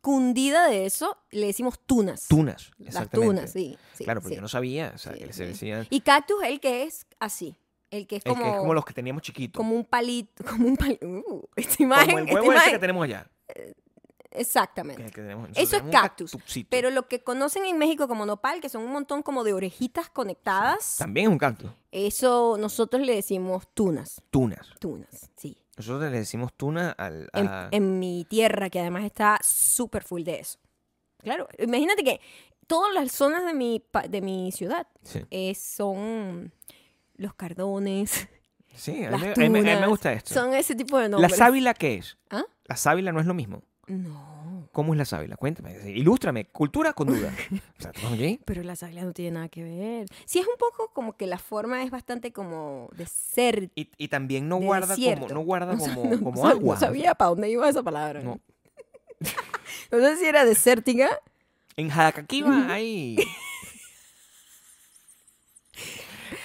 A: cundida de eso, le decimos tunas.
B: Tunas.
A: Las
B: exactamente.
A: tunas, sí. sí,
B: claro, pero
A: sí.
B: yo no sabía. O sea,
A: Sí,
B: que
A: sí.
B: se decía.
A: Y cactus es el que es así. El que es
B: Es
A: como,
B: que es como los que teníamos chiquitos.
A: como un palito, como un palito. Uh, esta
B: Como
A: imagen,
B: el
A: esta
B: huevo ese que
A: imagen.
B: tenemos allá.
A: Exactamente.
B: Que- que tenemos- nosotros
A: Eso es
B: tenemos un
A: cactus.
B: cactusito.
A: Pero lo que conocen en México como nopal, que son un montón como de orejitas conectadas,
B: También es un cactus.
A: eso nosotros le decimos tunas.
B: Tunas.
A: Tunas, sí.
B: Nosotros le decimos tuna al.
A: En,
B: a-
A: en mi tierra, que además está súper full de eso. Claro, imagínate que todas las zonas de mi, pa- de mi ciudad
B: Sí.
A: eh, son los cardones,
B: Sí, a mí,
A: las
B: me- a
A: tunas.
B: mí me- a mí me gusta esto.
A: Son ese tipo de
B: ¿La
A: nombres.
B: sábila qué es?
A: ¿Ah?
B: La sábila no es lo mismo.
A: No,
B: ¿Cómo es la sábila? Cuéntame. Ilústrame. Cultura con duda. O sea, ¿tú estás aquí?
A: pero la sábila no tiene nada que ver. Sí, es un poco como que la forma es bastante como desértica.
B: Y, y también no
A: De
B: guarda como,
A: desierto.
B: no guarda
A: No,
B: como,
A: no,
B: como
A: no
B: agua.
A: sabía para dónde iba esa palabra.
B: No.
A: No. sé si era desértica.
B: En Jadacaquiba hay.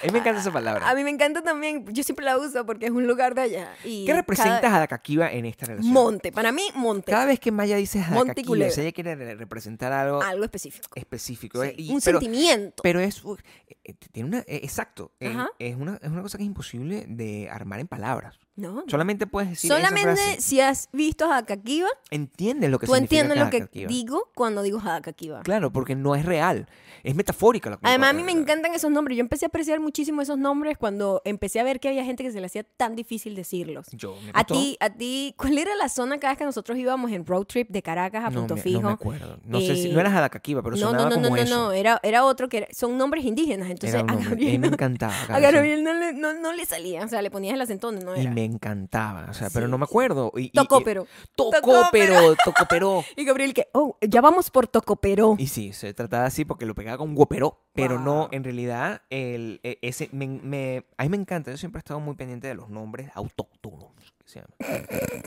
B: A mí me encanta esa palabra.
A: A mí me encanta también. Yo siempre la uso porque es un lugar de allá. Y
B: ¿Qué representa
A: cada-
B: Jadacaquiba en esta relación?
A: Monte. Para mí, monte.
B: Cada vez que Maya dice
A: Monte y
B: Jadacaquiba, o
A: culebra.
B: sea, ella quiere re- representar algo
A: Algo específico.
B: específico. ¿eh?
A: Sí,
B: Y-
A: un
B: pero,
A: sentimiento.
B: pero es. u- eh, tiene una, eh, exacto. eh,
A: Ajá.
B: es, una, es una cosa que es imposible de armar en palabras.
A: No.
B: Solamente puedes decir. esa frase.
A: Solamente si has visto Hadakakiba,
B: Entiendes lo que
A: tú
B: significa
A: entiendes lo que
B: Jadacaquiba.
A: digo cuando digo Hadakakiba.
B: Claro, porque no es real. Es metafórica la
A: Además, a mí me
B: encanta
A: encantan esos nombres. Yo empecé a apreciar muchísimo esos nombres cuando empecé a ver que había gente que se le hacía tan difícil decirlos.
B: Yo, me
A: A
B: costó.
A: ti, a ti, ¿cuál era la zona cada vez que nosotros íbamos en road trip de Caracas a
B: no,
A: Punto
B: me,
A: Fijo?
B: No me acuerdo. No sé si. No
A: Eh,
B: era Jadacaquiba, pero
A: no, no,
B: sonaba
A: no,
B: como
A: no, no,
B: eso.
A: no, era, era otro que era- son nombres indígenas, entonces
B: Era un
A: a
B: nombre. Y a mí
A: Gabriel,
B: me
A: no,
B: encantaba.
A: a
B: Gabriel.
A: Gabriel no le, no, no le salía, o sea, le ponías el acento donde no
B: Y
A: era.
B: me encantaba, o sea, pero
A: Sí,
B: no me
A: sí.
B: acuerdo. Y, y- y-
A: Tocópero.
B: Tocópero, tocópero.
A: Y Gabriel que, oh, ya vamos por Tocopero.
B: Y sí, se trataba así porque lo pegaba con guopero, pero no,
A: Wow.
B: en realidad, el, e- ese, me, me- a mí me encanta, yo siempre he estado muy pendiente de los nombres autóctonos, que se llama.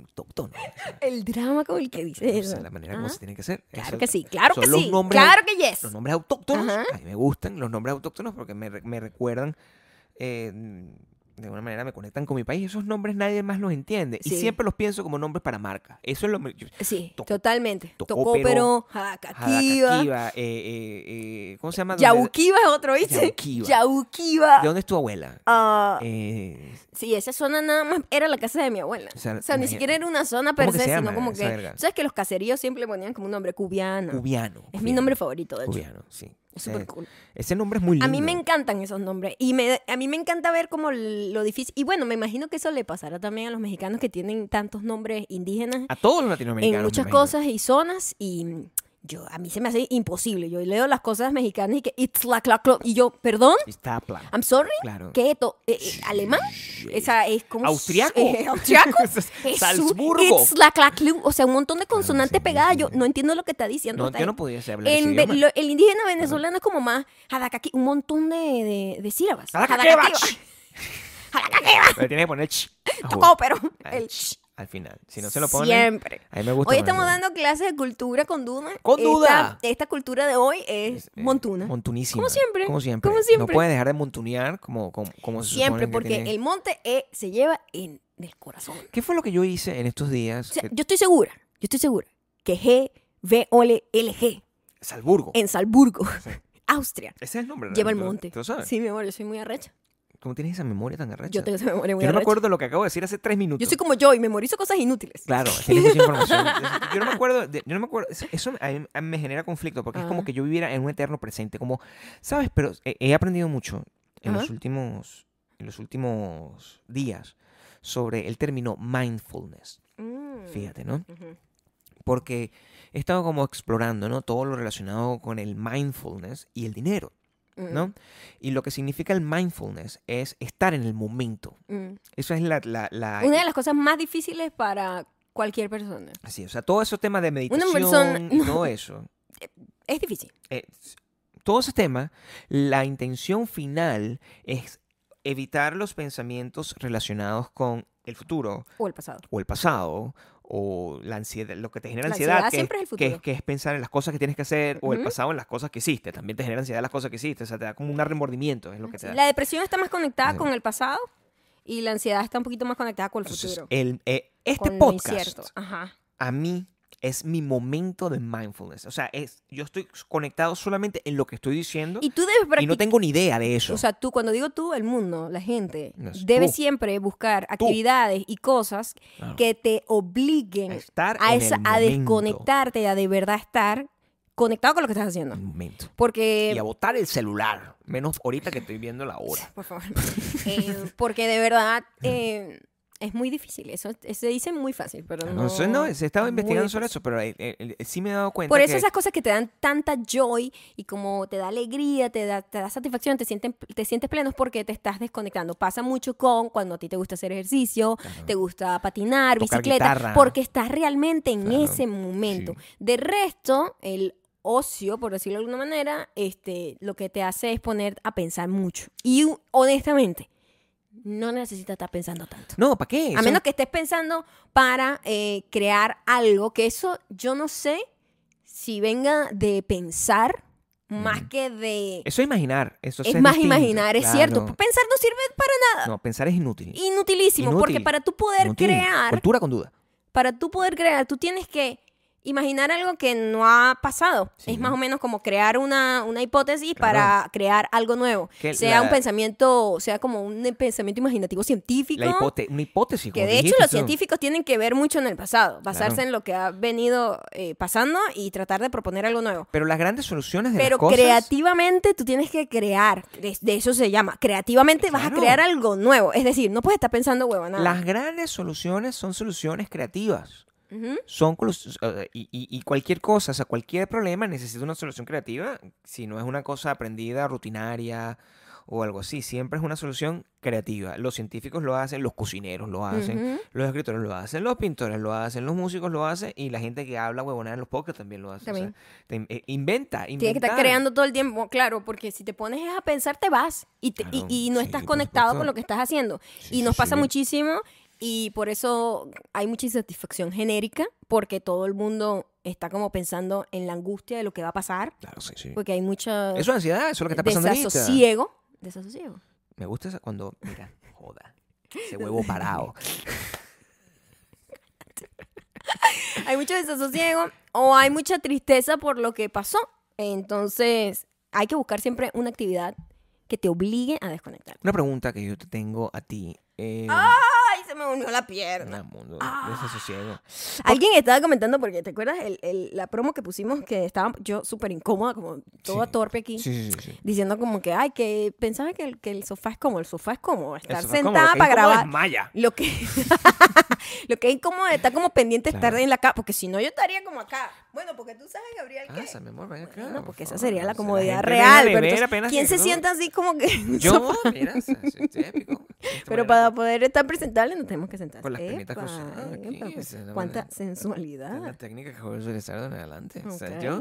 B: autóctonos. o sea,
A: El drama con el que
B: no
A: dice
B: sé,
A: eso.
B: la manera
A: Ajá.
B: como se tiene que hacer.
A: Claro
B: eso-
A: que sí, claro
B: son
A: que
B: los
A: sí,
B: nombres-
A: claro que yes.
B: Los nombres autóctonos,
A: Ajá.
B: a mí me gustan los nombres autóctonos porque me, re- me recuerdan, eh, de alguna manera me conectan con mi país. Esos nombres nadie más los entiende. Y
A: Sí.
B: siempre los pienso como nombres para marcas. Eso es lo me- yo-
A: Sí,
B: Toco-
A: totalmente.
B: Tocópero,
A: Tocópero, Jadacaquiba,
B: Jadacaquiba, eh, eh, eh, ¿cómo se llama? ¿Dónde-
A: Yauquiba es otro, ¿viste?
B: Yauquiba.
A: Yauquiba.
B: ¿De dónde es tu abuela?
A: Ah,
B: Eh,
A: sí, esa zona nada más era la casa de mi abuela.
B: O
A: O
B: sea,
A: sea, ni
B: imagina-
A: siquiera era una zona
B: ¿Cómo
A: per
B: que
A: se,
B: se llama
A: sino como
B: esa
A: que.
B: verga?
A: ¿Sabes que los caseríos siempre le ponían como un nombre cubiana?
B: Cubiano.
A: Es mi nombre favorito, de hecho.
B: Cubiano, sí.
A: Es
B: O sea,
A: súper cool.
B: Ese nombre es muy lindo.
A: A mí me encantan esos nombres y me, a mí me encanta ver como lo difícil. Y bueno, me imagino que eso le pasará también a los mexicanos que tienen tantos nombres indígenas
B: A todos los
A: en
B: latinoamericanos. me
A: muchas
B: imagino.
A: cosas y zonas y mm, yo a mí se me hace imposible. Yo leo las cosas mexicanas y que it's la cla clo", y yo, perdón,
B: Está plano.
A: I'm sorry,
B: Claro.
A: ¿qué esto? Eh, eh, ¿Alemán? Esa es como
B: Austriaco.
A: Eh, austriaco. Jesús,
B: Salzburgo.
A: It's la cla clu, o sea, un montón de
B: sí,
A: consonantes
B: sí,
A: pegadas.
B: sí.
A: Yo no entiendo lo que está diciendo.
B: No,
A: está
B: yo
A: en-
B: no podía ser hablar ese
A: en ve-
B: idioma.
A: lo- el indígena venezolano es como más jadacaqui, un montón de, de, de sílabas.
B: Jadacaquiba.
A: Jadacaquiba. Jadacaquiba.
B: Pero tienes que poner ch. a
A: Tocó,
B: jugar.
A: pero
B: Ah,
A: el
B: ch, Al final. Si no se lo ponen.
A: Siempre.
B: A mí me gusta.
A: Hoy
B: poner
A: estamos
B: nombre.
A: dando clases de cultura con Duna.
B: ¡Con Duna!
A: Esta, esta cultura de hoy es
B: Eh,
A: montuna.
B: Montunísima.
A: Como siempre,
B: Como siempre.
A: como
B: No
A: siempre.
B: puedes dejar de montunear como, como, como se supone
A: Siempre,
B: que
A: porque
B: tiene-
A: el monte eh, se lleva en el corazón.
B: ¿Qué fue lo que yo hice en estos días? Eh,
A: O sea,
B: Que-
A: yo estoy segura, yo estoy segura que G, V, O, L, L, G
B: Salzburgo.
A: en Salzburgo, Austria,
B: Ese es el nombre.
A: Eh, lleva el
B: ¿no?
A: monte.
B: ¿Tú lo sabes?
A: Sí, mi amor, yo soy muy arrecha.
B: ¿Cómo tienes esa memoria tan arrecha?
A: Yo tengo esa memoria muy
B: Yo no me
A: arrecha.
B: acuerdo de lo que acabo de decir hace tres minutos.
A: Yo soy como yo y memorizo cosas inútiles.
B: Claro, tienes mucha información. Yo no me acuerdo, de- yo no me acuerdo. Eso, eso a mí- a mí me genera conflicto porque es como
A: Ajá.
B: que yo viviera en un eterno presente. Como, ¿sabes? Pero he, he aprendido mucho en los
A: Ajá.
B: últimos, en los últimos días sobre el término mindfulness.
A: Mm.
B: Fíjate, ¿no?
A: Ujú.
B: Porque he estado como explorando, ¿no? Todo lo relacionado con el mindfulness y el dinero,
A: Mm,
B: ¿no? Y lo que significa el mindfulness es estar en el momento.
A: mm.
B: Eso es la, la, la-
A: Una de las cosas más difíciles para cualquier persona.
B: Sí, o sea, todo esos temas de meditación
A: persona-
B: y todo eso.
A: Es difícil.
B: eh, s- todo ese tema, la intención final es evitar los pensamientos relacionados con el futuro
A: O el pasado.
B: o el pasado o la ansiedad, lo que te genera
A: La
B: ansiedad,
A: ansiedad
B: que,
A: siempre
B: es,
A: es el
B: que,
A: futuro.
B: que es pensar en las cosas que tienes que hacer o el
A: Ujú.
B: pasado en las cosas que hiciste. También te genera ansiedad las cosas que hiciste, o sea, te da como un remordimiento, es lo que te
A: Sí,
B: da.
A: La depresión está más conectada
B: Ajá.
A: con el pasado y la ansiedad está un poquito más conectada con el
B: Entonces,
A: futuro.
B: el- eh, este
A: con lo
B: podcast
A: incierto. Ajá.
B: a mí es mi momento de mindfulness. O sea, es, yo estoy conectado solamente en lo que estoy diciendo
A: Y tú debes
B: y
A: practicar.
B: no tengo ni idea de eso.
A: O sea, tú, cuando digo tú, el mundo, la gente,
B: No, es
A: debe
B: tú.
A: siempre buscar actividades y cosas
B: Claro.
A: que te obliguen
B: A estar
A: a,
B: en
A: esa-
B: el
A: a
B: momento.
A: desconectarte, a de verdad estar conectado con lo que estás haciendo.
B: Un momento.
A: Porque...
B: Mm. Y a botar el celular. Menos ahorita que estoy viendo la hora.
A: Por favor. Eh, porque de verdad eh, es muy difícil. Eso se dice muy fácil, pero no.
B: No sé, no, he estado
A: es muy
B: investigando
A: difícil.
B: sobre eso, pero eh, eh, eh, sí me he dado cuenta.
A: Por eso
B: que-
A: esas cosas que te dan tanta joy y como te da alegría, te da, te da satisfacción, te, sienten, te sientes pleno es porque te estás desconectando. Pasa mucho con cuando a ti te gusta hacer ejercicio, te gusta patinar,
B: Tocar
A: bicicleta,
B: guitarra.
A: porque estás realmente en
B: Claro,
A: ese momento. De resto, el ocio, por decirlo de alguna manera, este, lo que te hace es poner a pensar mucho. Y u- honestamente, no necesitas estar pensando tanto.
B: No, ¿para qué?
A: A
B: Eso-
A: menos que estés pensando para eh, crear algo, que eso yo no sé si venga de pensar más que de...
B: Mm. Eso es imaginar. Eso
A: Es
B: es
A: más
B: distinto,
A: imaginar, es cierto.
B: claro.
A: Pensar no sirve para
B: No, pensar es inútil.
A: inutilísimo, porque
B: Inútil.
A: para tú poder
B: Inútil.
A: crear,
B: Cultura con duda.
A: para tú poder crear, tú tienes que imaginar algo que no ha pasado.
B: Sí.
A: Es más o menos como crear una, una hipótesis
B: Claro.
A: para crear algo nuevo.
B: Que
A: sea
B: la-
A: un pensamiento, sea como un pensamiento imaginativo científico.
B: La hipote- una hipótesis.
A: Que
B: como
A: de hecho
B: dijiste
A: los
B: tú.
A: científicos tienen que ver mucho en el pasado, basarse
B: Claro.
A: en lo que ha venido eh, pasando y tratar de proponer algo nuevo.
B: Pero las grandes soluciones de
A: Pero
B: las cosas...
A: creativamente tú tienes que crear, de, de eso se llama, creativamente vas a
B: Claro.
A: crear algo nuevo, es decir, no puedes estar pensando huevonada.
B: Las grandes soluciones son soluciones creativas.
A: Ujú.
B: Son colu- eh, y, y- y cualquier cosa, o sea, cualquier problema necesita una solución creativa si no es una cosa aprendida, rutinaria o algo así. Siempre es una solución creativa. Los científicos lo hacen, los cocineros lo hacen,
A: Ujú.
B: los escritores lo hacen, los pintores lo hacen, los músicos lo hacen y la gente que habla huevonada en los podcasts también lo hace. O sea,
A: También.
B: te in- eh, inventa, inventa.
A: Tienes que estar creando todo el tiempo, claro, porque si te pones a pensar te vas y, te- y-
B: Claro,
A: y no
B: sí,
A: estás
B: por
A: conectado
B: supuesto.
A: con lo que estás haciendo.
B: Sí,
A: y nos
B: sí,
A: pasa
B: sí.
A: muchísimo y por eso hay mucha insatisfacción genérica, porque todo el mundo está como pensando en la angustia de lo que va a pasar.
B: Claro, sí, sí.
A: Porque hay mucha
B: Eso es ansiedad, eso es lo que está pasando ahorita.
A: desasosiego. Desasosiego.
B: Me gusta esa cuando, mira, joda, ese huevo parado.
A: Hay mucho desasosiego o hay mucha tristeza por lo que pasó. Entonces, hay que buscar siempre una actividad que te obligue a desconectar.
B: Una pregunta que yo te tengo a ti. Eh,
A: ¡Ah! ¡Ay, se me unió la pierna!
B: nada, mundo,
A: Ah,
B: desasosiego.
A: Alguien estaba comentando, porque ¿te acuerdas el- el- la promo que pusimos que estaba yo súper incómoda, como toda
B: Sí.
A: torpe aquí?
B: Sí, sí, sí. sí.
A: Diciendo como que, ay, que pensaba que el, que el sofá es como, el sofá es como,
B: El
A: estar
B: sofá es como
A: sentada
B: lo que
A: para
B: es como
A: grabar.
B: desmaya.
A: Lo que, lo que es incómodo es estar como pendiente
B: Claro.
A: estar en la cama, porque si no yo estaría como acá. Bueno, porque tú sabes, Gabriel, que...
B: Pasa, mi amor, ven acá.
A: no,
B: Ah, por
A: porque esa
B: favor.
A: sería la
B: O sea,
A: comodidad
B: gente viene a
A: real. pero
B: beber
A: entonces,
B: apenas
A: ¿Quién se
B: llegó.
A: sienta así como que... en un
B: Yo,
A: sofá?
B: mira, o sea, sí, típico. De Este esta
A: Pero
B: manera,
A: para poder estar presentable nos tenemos que sentar.
B: Con las piernitas
A: Epa,
B: cruzadas aquí,
A: epa, pues,
B: esa es la
A: cuánta
B: manera. Es la
A: sensualidad.
B: técnica que voy a utilizar de ahora en adelante. O sea,
A: Ok,
B: yo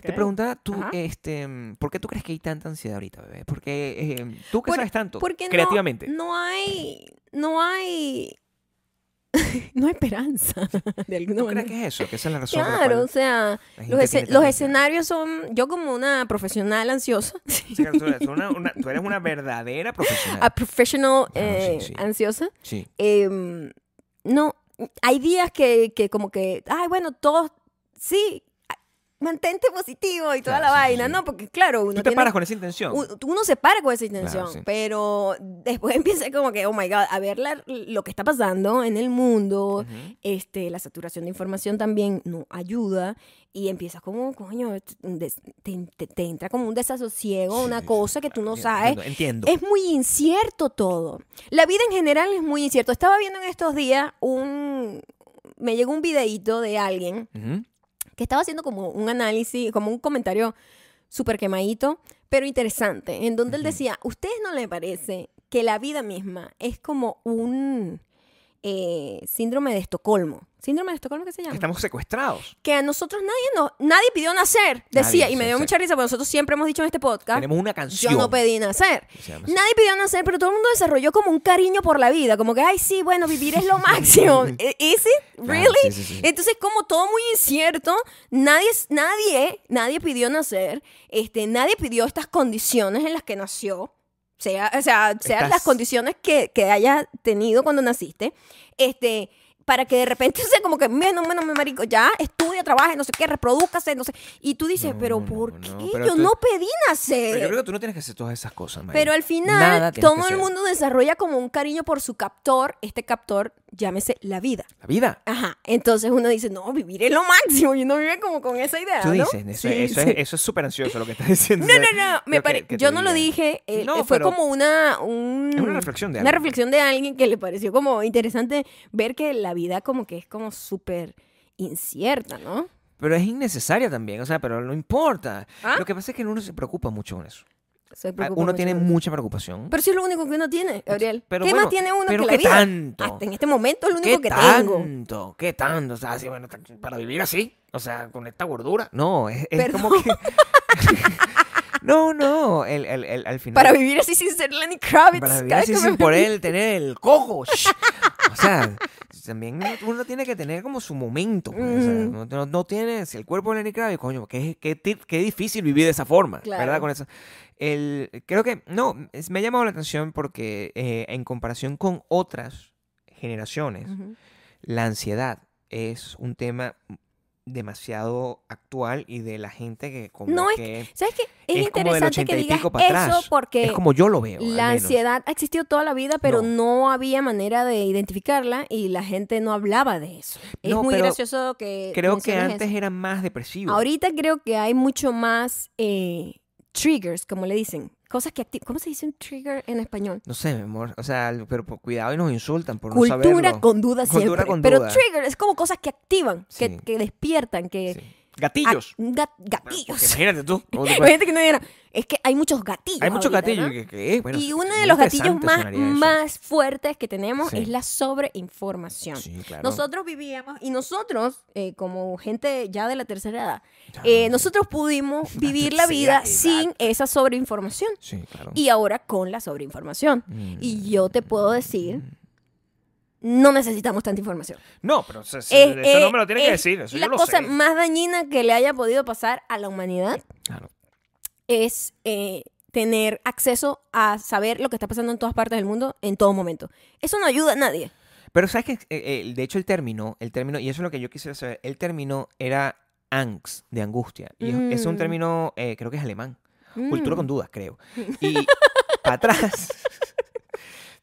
B: te
A: ok.
B: preguntaba tú,
A: Ajá.
B: este, ¿por qué tú crees que hay tanta ansiedad ahorita, bebé? Porque eh, tú que
A: Por-
B: sabes tanto,
A: Porque no-
B: creativamente.
A: No, hay... No hay... no hay esperanza, de alguna
B: ¿Tú
A: manera.
B: crees que es eso? Que esa es la razón por la
A: Claro, o
B: cual
A: sea,
B: la
A: los,
B: gente tiene
A: esce-
B: tanta
A: los
B: ansiedad?
A: escenarios son, yo como una profesional ansiosa,
B: Sí, claro, tú, eres una, una- tú eres una verdadera profesional.
A: a professional
B: Claro,
A: eh,
B: Ah, sí, sí.
A: ansiosa,
B: Sí.
A: em, no, hay días que, que como que, ay, bueno, todos, sí, a- mantente positivo y toda
B: Claro,
A: la
B: sí, sí,
A: vaina,
B: sí.
A: ¿no? Porque claro, uno
B: Tú te
A: tiene-
B: paras con esa intención.
A: u- uno se para con esa intención,
B: sí.
A: pero después empieza como que, oh my God, a ver la- lo que está pasando en el mundo,
B: Ujú.
A: este, la saturación de información también no ayuda y empiezas como, coño, un des- te, te- te entra como un desasosiego,
B: Sí,
A: una
B: sí,
A: cosa que tú no
B: Mira,
A: sabes.
B: Entiendo. entiendo.
A: Es muy incierto todo. La vida en general es muy incierto. Estaba viendo en estos días un... Me llegó un videíto de alguien
B: Ujú.
A: que estaba haciendo como un análisis, como un comentario súper quemadito, pero interesante, en donde él decía, ¿ustedes no le parece que la vida misma es como un eh, síndrome de Estocolmo? ¿Síndrome de Estocolmo qué se llama?
B: Estamos secuestrados.
A: Que a nosotros nadie nos, nadie pidió nacer, decía,
B: Nadie,
A: y me
B: sí,
A: dio
B: sí.
A: mucha risa, porque nosotros siempre hemos dicho en este podcast,
B: Tenemos una canción.
A: yo no pedí nacer.
B: que se llama así.
A: Nadie pidió nacer, pero todo el mundo desarrolló como un cariño por la vida, como que, ay, sí, bueno, vivir es lo máximo. Eh, ¿Is it?
B: Claro,
A: ¿Really?
B: sí, sí, sí.
A: Entonces, como todo muy incierto, nadie, nadie, nadie pidió nacer, este, nadie pidió estas condiciones en las que nació, sea, o sea, sean
B: Estás-
A: las condiciones que, que hayas tenido cuando naciste, este, para que de repente sea como que, menos, menos, mi marico, ya estudia, trabaje, no sé qué, reprodúcase, no sé. Y tú dices,
B: No,
A: pero
B: no,
A: ¿por
B: no,
A: qué?
B: pero
A: yo
B: tú-
A: no pedí nacer.
B: Pero yo
A: Pero,
B: creo que tú no tienes que hacer todas esas cosas, María.
A: al
B: Nada
A: final,
B: tienes que
A: todo el
B: hacer.
A: mundo desarrolla como un cariño por su captor. Este captor, llámese la vida.
B: La vida.
A: Ajá. Entonces uno dice, no, vivir es lo máximo. Y uno vive como con esa idea.
B: Tú
A: ¿no?
B: dices, eso,
A: Sí,
B: eso
A: sí.
B: es eso es súper ansioso lo que estás diciendo.
A: No,
B: o sea,
A: no, no. Me
B: creo que-
A: pare-
B: que te
A: Yo no lo
B: diga.
A: dije. eh,
B: No,
A: fue
B: pero
A: como una. un-
B: es una reflexión de
A: Una
B: alguien.
A: reflexión de alguien que le pareció como interesante ver que la vida como que es como súper incierta, ¿no?
B: Pero es innecesaria también, o sea, pero no importa.
A: ¿Ah?
B: Lo que pasa es que uno se preocupa mucho con eso.
A: Se
B: Ah,
A: preocupa
B: Uno
A: mucho
B: tiene
A: con eso.
B: mucha preocupación.
A: Pero sí es lo único que uno tiene, Gabriel.
B: Pero
A: ¿Qué
B: bueno,
A: más tiene uno
B: pero
A: que la
B: qué
A: vida?
B: tanto.
A: Hasta en este momento es lo único
B: ¿Qué
A: que tengo.
B: tanto? ¿Qué tanto? O sea, así, bueno, tan- para vivir así, o sea, con esta gordura. No, es, es
A: Perdón.
B: como que... no, no, el, el- el- al final...
A: Para vivir así sin ser Lenny Kravitz.
B: para vivir
A: cada
B: así
A: vez que
B: sin
A: me-
B: por él tener el cojo. shh. o sea, también uno tiene que tener como su momento. pues, o sea,
A: Ujú.
B: no, no- no tienes el cuerpo de Lenny Kravitz, coño, qué, qué, ti- qué difícil vivir de esa forma,
A: Claro.
B: ¿verdad? Con eso. El, creo que, no, es- me ha llamado la atención porque eh, en comparación con otras generaciones,
A: Ujú.
B: la ansiedad es un tema demasiado actual y de la gente que como
A: No, es
B: que
A: ¿Sabes qué? Es,
B: Es como del
A: interesante que
B: ochenta y
A: digas
B: pico
A: eso
B: para atrás.
A: porque...
B: es como yo lo veo. al
A: La
B: menos.
A: ansiedad ha existido toda la vida, pero no. había manera de identificarla y la gente no hablaba de eso. Es
B: No,
A: muy
B: pero
A: gracioso que...
B: Creo que
A: menciones
B: antes
A: eso.
B: era más depresivo.
A: Ahorita creo que hay mucho más eh, triggers, como le dicen. Cosas que activan... ¿Cómo se dice un trigger en español?
B: No sé, mi amor. O sea, pero por- cuidado y nos insultan por no
A: Cultura
B: saberlo.
A: con duda
B: Cultura
A: siempre.
B: con
A: pero
B: duda.
A: trigger es como cosas que activan, que,
B: Sí.
A: que despiertan, que...
B: Sí. Gatillos.
A: a- ga-
B: Porque
A: gatillos.
B: imagínate tú. ¿cómo te puedes-
A: Imagínate que no digan, es que hay muchos gatillos.
B: Hay muchos
A: ahorita,
B: gatillos.
A: ¿no?
B: que- que es, bueno,
A: y
B: es
A: uno
B: muy
A: de los gatillos
B: interesante
A: más,
B: sonaría eso.
A: más fuertes que tenemos
B: Sí.
A: es la sobreinformación.
B: Sí, claro.
A: Nosotros vivíamos, y nosotros, eh, como gente ya de la tercera edad,
B: Ya,
A: eh,
B: no.
A: nosotros pudimos vivir la
B: tercera
A: vida
B: edad.
A: sin esa sobreinformación.
B: Sí, claro.
A: Y ahora con la sobreinformación.
B: Mm.
A: Y yo te puedo decir, no necesitamos tanta información.
B: No, pero o sea, si-
A: Es,
B: eso
A: eh,
B: no me lo tienen que
A: es
B: decir. Eso
A: la
B: yo lo
A: cosa
B: sé.
A: más dañina que le haya podido pasar a la humanidad
B: Claro.
A: es eh, tener acceso a saber lo que está pasando en todas partes del mundo en todo momento. Eso no ayuda a nadie.
B: Pero sabes que, de hecho, el término, el término, y eso es lo que yo quisiera saber, el término era angst, de angustia. Y es- es un
A: Mm.
B: término, eh, creo que es alemán. Cultura
A: Mm.
B: con dudas, creo. Y para atrás.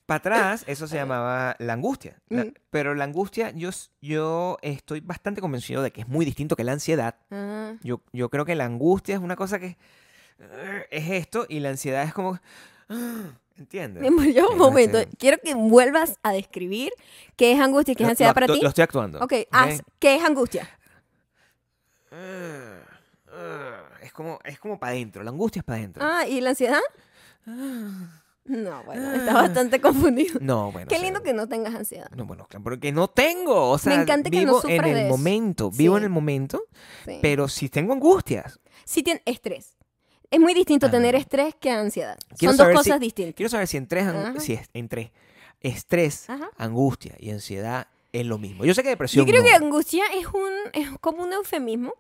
B: Para atrás, eso se llamaba la angustia. La-
A: Mm.
B: pero la angustia, yo, s- yo estoy bastante convencido de que es muy distinto que la ansiedad.
A: Ah,
B: Yo, yo creo que la angustia es una cosa que eh, es esto y la ansiedad es como... ah, ¿Entiendes?
A: me envolvió un
B: Eh, no
A: momento.
B: sé.
A: Quiero que vuelvas a describir qué es angustia y qué es
B: Lo-
A: ansiedad
B: lo
A: para
B: actu-
A: ti.
B: Lo estoy actuando.
A: Ok, haz, ¿qué es angustia?
B: Ah, ah, Es como, es como para adentro, la angustia es para adentro.
A: Ah, ¿y la ansiedad?
B: Ah.
A: No, bueno,
B: Ah. Mm,
A: está bastante confundido.
B: No, bueno.
A: Qué
B: o sea,
A: lindo que no tengas ansiedad.
B: No, bueno, claro, porque no tengo. O sea,
A: encanta que no
B: vivo en
A: sufras
B: el
A: de eso.
B: momento. Vivo en
A: Sí.
B: el momento,
A: Sí.
B: pero si tengo angustias.
A: Sí tiene estrés. Es muy distinto
B: Ah.
A: tener estrés que ansiedad.
B: Quiero
A: Son dos
B: saber si-
A: cosas distintas.
B: Quiero saber si en tres, ang-
A: Ajá.
B: si es- en tres, estrés,
A: Ajá.
B: angustia y ansiedad es lo mismo. Yo sé que
A: Yo
B: depresión.
A: creo
B: no.
A: que angustia es un es como un eufemismo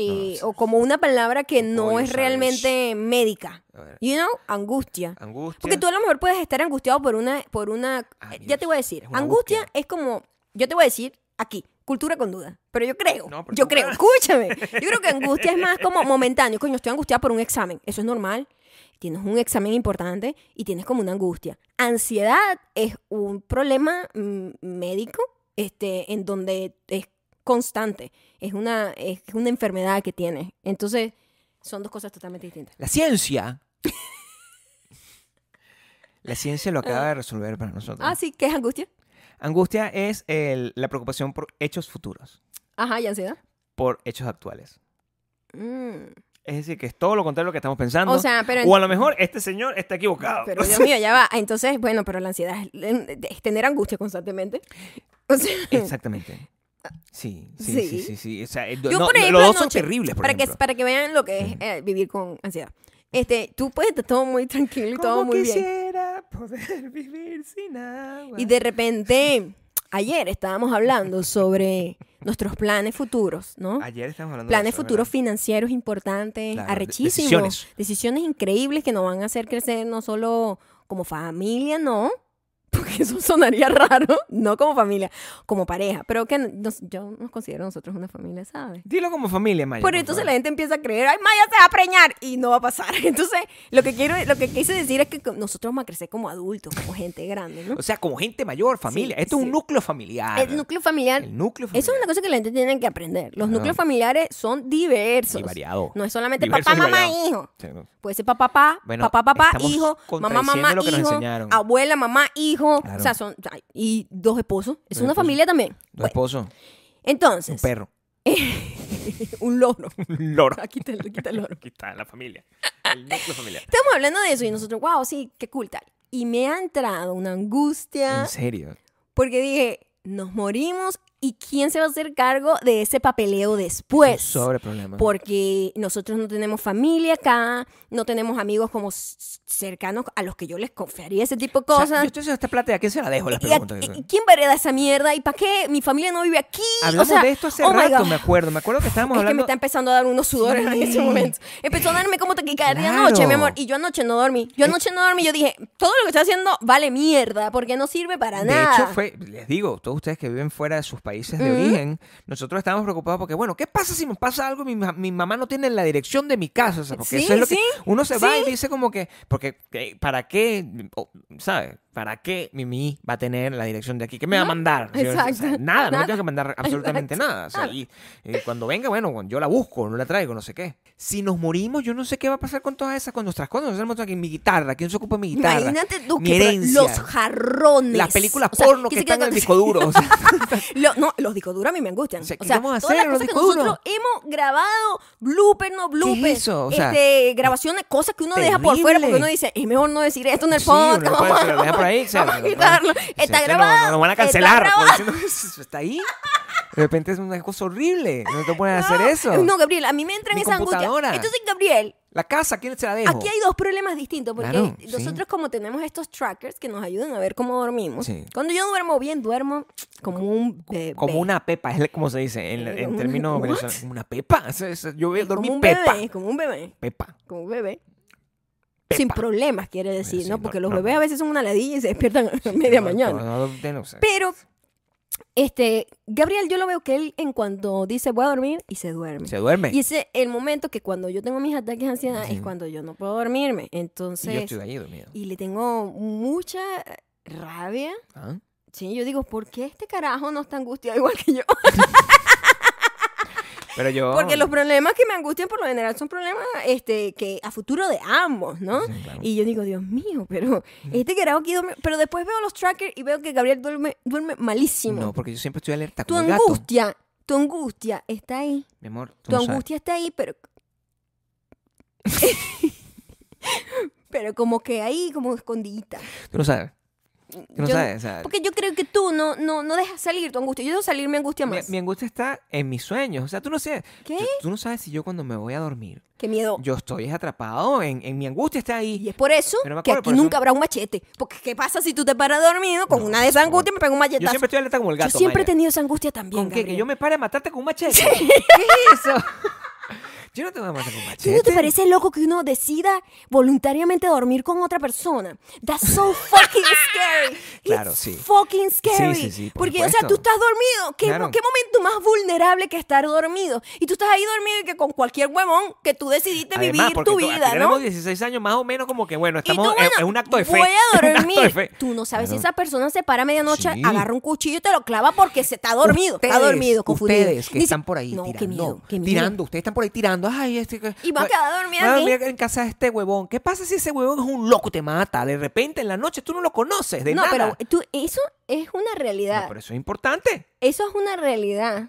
A: eh,
B: No,
A: o como una palabra que
B: no
A: no
B: puedo
A: es
B: usar
A: realmente médica.
B: A ver,
A: You know, angustia.
B: angustia.
A: Porque tú a lo mejor puedes estar angustiado por una por una
B: Ah,
A: eh,
B: mira,
A: ya te voy a decir,
B: es una
A: angustia
B: angustia.
A: es como yo te voy a decir aquí Cultura con duda. Pero yo creo,
B: No, pero
A: yo
B: tú-
A: creo, escúchame. Yo creo que angustia es más como momentáneo. Coño, estoy angustiada por un examen. Eso es normal. Tienes un examen importante y tienes como una angustia. Ansiedad es un problema mm, médico este, en donde es constante. Es una, es una enfermedad que tienes. Entonces, son dos cosas totalmente distintas.
B: La ciencia. la ciencia lo acaba de resolver para nosotros.
A: Ah, sí, ¿qué es angustia?
B: Angustia es el- la preocupación por hechos futuros,
A: Ajá, y ansiedad.
B: por hechos actuales.
A: Mm.
B: Es decir, que es todo lo contrario a lo que estamos pensando.
A: O sea, pero,
B: o a lo mejor este señor está equivocado.
A: pero Dios mío, ya va. Ah, Entonces, bueno, pero la ansiedad es, es tener angustia constantemente. O sea,
B: Exactamente. Sí, sí, sí,
A: Sí.
B: sí, sí. O sea, eh, do-
A: Yo,
B: no,
A: por
B: no,
A: ejemplo,
B: los dos son
A: anoche,
B: terribles, por
A: para, que,
B: ejemplo.
A: para que vean lo que es eh, vivir con ansiedad. Este, tú puedes estar todo muy tranquilo y todo muy bien.
B: quisiera poder vivir sin agua.
A: Y de repente, ayer estábamos hablando sobre nuestros planes futuros, ¿no?
B: Ayer estábamos hablando de
A: Planes
B: eso,
A: futuros
B: ¿verdad?
A: financieros importantes,
B: Claro, de-
A: arrechísimos. Decisiones.
B: decisiones.
A: increíbles que nos van a hacer crecer no solo como familia, no, porque eso sonaría raro, no como familia, como pareja, pero que nos- yo nos considero nosotros una familia, ¿sabes?
B: Dilo como familia, Maya. por
A: Pero entonces la
B: favor.
A: gente empieza a creer, ay, Maya se va a preñar y no va a pasar. Entonces, lo que quiero, lo que quise decir es que co- nosotros vamos a crecer como adultos, como gente grande, ¿no?
B: O sea, como gente mayor, familia.
A: Sí,
B: Esto es
A: sí.
B: un núcleo familiar.
A: El núcleo familiar
B: El núcleo familiar.
A: Eso es una cosa que la gente tiene que aprender. Los
B: Claro.
A: núcleos familiares son diversos.
B: Y variado.
A: No es solamente
B: Diverso y
A: papá, mamá,
B: variado.
A: hijo.
B: Sí, no.
A: Puede ser papá, papá,
B: Bueno,
A: papá, papá,
B: estamos
A: hijo, mamá, mamá,
B: contradiciendo lo que nos
A: hijo,
B: enseñaron.
A: abuela, mamá, hijo.
B: Claro.
A: O sea, son. ay, Y dos esposos. Es
B: Dos
A: una
B: esposos.
A: familia también.
B: Dos
A: Bueno,
B: esposos, un
A: entonces,
B: perro,
A: un loro.
B: un loro.
A: Aquí te aquí está el loro.
B: Aquí está la familia. El núcleo familiar.
A: Estamos hablando de eso y nosotros, wow, sí, qué cool tal. Y me ha entrado una angustia
B: En serio.
A: porque dije, nos morimos y quién se va a hacer cargo de ese papeleo después.
B: sobre problema.
A: porque nosotros no tenemos familia acá, no tenemos amigos como s- cercanos a los que yo les confiaría ese tipo de
B: O sea,
A: cosas.
B: yo estoy haciendo esta plata, ¿y ¿a quién se la dejo las
A: Y a-
B: preguntas?
A: y- ¿Quién va a heredar esa mierda? ¿Y para qué? Mi familia no vive aquí.
B: Hablamos
A: o sea,
B: de esto hace
A: oh my
B: rato,
A: God.
B: me acuerdo. Me acuerdo que estábamos
A: Es que me
B: hablando.
A: está empezando a dar unos sudores en
B: Sí.
A: este momento. Empezó a darme como taquicardia
B: Claro.
A: anoche, mi amor. Y yo anoche no dormí. Yo anoche no dormí. Yo dije, todo lo que estoy haciendo vale mierda porque no sirve para
B: De
A: nada.
B: hecho, fue, les digo, todos ustedes que viven fuera de sus países de
A: Ujú.
B: origen, nosotros estábamos preocupados porque, bueno, ¿qué pasa si nos pasa algo y mi, ma- mi mamá no tiene la dirección de mi casa? O sea, porque
A: Sí,
B: eso es lo que
A: sí,
B: uno se va y dice como que, porque, que, ¿para qué? O, ¿Sabes? ¿Para qué Mimi va a tener la dirección de aquí? ¿Qué me va a
A: No,
B: mandar? O sea,
A: exacto,
B: nada, no me
A: nada.
B: tengo que mandar absolutamente nada. O sea,
A: nada.
B: y, eh, cuando venga, bueno, yo la busco, no la traigo, no sé qué. Si nos morimos, yo no sé qué va a pasar con todas esas, con nuestras cosas. Nosotros tenemos aquí mi guitarra, ¿quién se ocupa de mi guitarra?
A: Imagínate tú
B: mi
A: que pero
B: herencia.
A: los jarrones.
B: Las películas
A: O sea,
B: porno que,
A: se
B: están
A: queda
B: en el
A: con-
B: disco duro. o sea.
A: Lo- no, los discoduros a mí me angustian.
B: O
A: O
B: sea,
A: sea,
B: ¿qué vamos a
A: todas las
B: hacer
A: cosas
B: los
A: que
B: discos duros?
A: nosotros hemos grabado, blooper, no blooper,
B: ¿Qué es eso? O sea,
A: este, grabaciones, cosas que uno deja por fuera porque
B: terrible.
A: uno dice, es mejor no decir esto en el
B: Sí,
A: podcast.
B: uno lo puede-
A: vamos
B: se lo deja por ahí,
A: a-
B: se
A: vamos
B: lo-
A: a quitarlo.
B: o sea,
A: Está
B: que no-
A: grabado.
B: No, lo van a
A: está
B: cancelar.
A: grabado.
B: porque si no, eso está ahí. De repente es una cosa horrible. No te pueden hacer eso.
A: No, Gabriel, a mí me entra en
B: Mi
A: esa angustia.
B: computadora.
A: Entonces, Gabriel,
B: La casa, ¿quién se la dejo?
A: Aquí hay dos problemas distintos, porque
B: Claro, sí.
A: nosotros como tenemos estos trackers que nos ayudan a ver cómo dormimos,
B: Sí.
A: cuando yo duermo bien, duermo como un bebé.
B: Como una pepa, es como se dice en, en
A: Como-
B: términos
A: ¿what?
B: venezolanos. Como una pepa. Eso- eso- Yo voy a
A: como
B: dormir
A: un
B: pepa.
A: bebé, como un bebé,
B: Pepa.
A: como un bebé.
B: Pepa.
A: Sin problemas, quiere decir,
B: sí,
A: ¿no?
B: no-
A: Porque
B: no,
A: los
B: no.
A: bebés a veces son una ladilla y se despiertan a media mañana.
B: No, no, no, no sé.
A: Pero, este, Gabriel, yo lo veo que él en cuanto dice voy a dormir y se duerme.
B: Se duerme.
A: Y ese el momento que cuando yo tengo mis ataques de ansiedad
B: Sí.
A: es cuando yo no puedo dormirme. Entonces,
B: Y yo estoy ahí dormido.
A: y le tengo mucha rabia
B: Ah.
A: Sí, yo digo, ¿por qué este carajo no está angustiado igual que yo?
B: Pero yo.
A: Porque los problemas que me angustian por lo general son problemas este, que a futuro de ambos, ¿no?
B: Sí, claro.
A: Y yo digo, Dios mío, pero este carajo aquí duerme... Pero después veo los trackers y veo que Gabriel duerme, duerme malísimo.
B: No, porque yo siempre estoy alerta.
A: tu
B: Como el gato.
A: angustia, tu angustia está ahí.
B: Mi amor,
A: Tu
B: tú no sabes.
A: angustia está ahí, pero... pero como que ahí, como escondidita.
B: Tú no sabes. Tú no
A: Yo-
B: sabes. o sea,
A: Porque yo creo que tú no, no, no dejas salir tu angustia. Yo dejo salir mi angustia
B: mi,
A: más.
B: mi angustia está en mis sueños. O sea, tú no sabes.
A: ¿Qué?
B: Tú, tú no sabes si yo cuando me voy a dormir,
A: Qué miedo.
B: yo estoy atrapado en, en mi angustia está
A: Y
B: ahí.
A: es por eso
B: Pero me
A: que
B: acuerdo,
A: aquí
B: por eso-
A: nunca habrá un machete. Porque ¿qué pasa si tú te paras dormido con
B: No,
A: una de esas
B: por favor.
A: angustias y me pega un machetazo?
B: Yo siempre estoy alerta como el gato.
A: Yo siempre he
B: Maya.
A: tenido esa angustia también,
B: ¿Con qué? ¿Que
A: Gabriel.
B: yo me pare a matarte con un machete? ¿Qué es eso? Yo no te voy a matar con un
A: ¿Tú
B: machete.
A: no te parece loco que uno decida voluntariamente dormir con otra persona? That's so fucking scary.
B: Claro,
A: It's
B: sí.
A: fucking scary.
B: Sí, sí, sí, por
A: Porque, o sea,
B: supuesto.
A: tú estás dormido. ¿Qué,
B: Claro.
A: qué momento más vulnerable que estar dormido? Y tú estás ahí dormido y que con cualquier huevón que tú decidiste
B: Además,
A: vivir
B: porque
A: tu
B: tú-
A: vida, ¿no?
B: Tenemos 16 años más o menos como que, bueno,
A: Y tú,
B: estamos en-
A: bueno,
B: en, un acto de fe.
A: Voy a
B: Un acto de
A: dormir.
B: fe.
A: Tú no sabes si
B: Claro.
A: esa persona se para a medianoche,
B: Sí.
A: agarra un cuchillo y te lo clava porque se está dormido. está
B: Ustedes,
A: dormido, confundido.
B: Ustedes que
A: Dice,
B: están por ahí
A: no,
B: tirando.
A: Qué miedo, qué miedo.
B: Tirando, ustedes están por ahí tirando. Ay, este, que-
A: Y va a quedar dormida
B: va a
A: aquí.
B: dormir en casa de este huevón. ¿Qué pasa si ese huevón es un loco y te mata? De repente en la noche tú no lo conoces de
A: no,
B: nada.
A: pero tú, eso es una realidad.
B: No, pero eso es importante.
A: Eso es una realidad.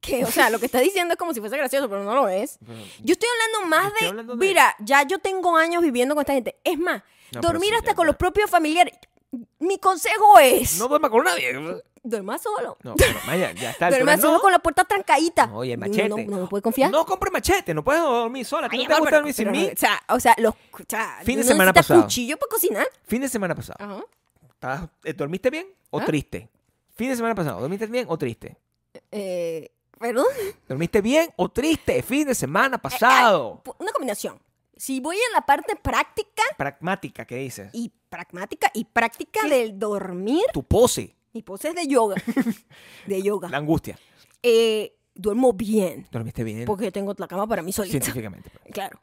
A: Que, o sea, lo que está diciendo es como si fuese gracioso, pero no lo es. Yo estoy hablando más
B: Estoy
A: de,
B: hablando de-
A: Mira, ya yo tengo años viviendo con esta gente. Es más,
B: No, pero
A: dormir
B: sí,
A: hasta
B: ya,
A: con
B: ya.
A: los propios familiares. Mi consejo es.
B: No duerma con nadie.
A: Duerma solo.
B: No, pero Maya, ya está.
A: Duerma
B: altura,
A: solo
B: no.
A: con la puerta trancadita.
B: No, y el
A: Uno
B: machete.
A: No, no, me puede confiar.
B: No compre machete, no puedes dormir sola. ¿Tú
A: Ay,
B: no te
A: amor,
B: gusta
A: pero-
B: dormir sin
A: pero, eh.
B: mí?
A: O sea, o sea, los, o sea,
B: Fin de
A: uno
B: semana
A: necesita
B: pasado.
A: cuchillo para cocinar.
B: Fin de semana pasado.
A: Ajá.
B: ¿estabas- eh, ¿Dormiste bien o
A: ¿Ah?
B: triste? Fin de semana pasado, ¿dormiste bien o triste?
A: Eh, perdón.
B: ¿Dormiste bien o triste? Fin de semana pasado.
A: Una combinación. Si voy en la parte práctica
B: Pragmática, ¿qué dices?
A: y pragmática y práctica del dormir.
B: Tu pose,
A: Mi pose es de yoga. de
B: la
A: yoga.
B: angustia.
A: Eh, duermo bien.
B: ¿Dormiste bien?
A: Porque tengo la cama para mí solita.
B: Científicamente. pues.
A: Claro.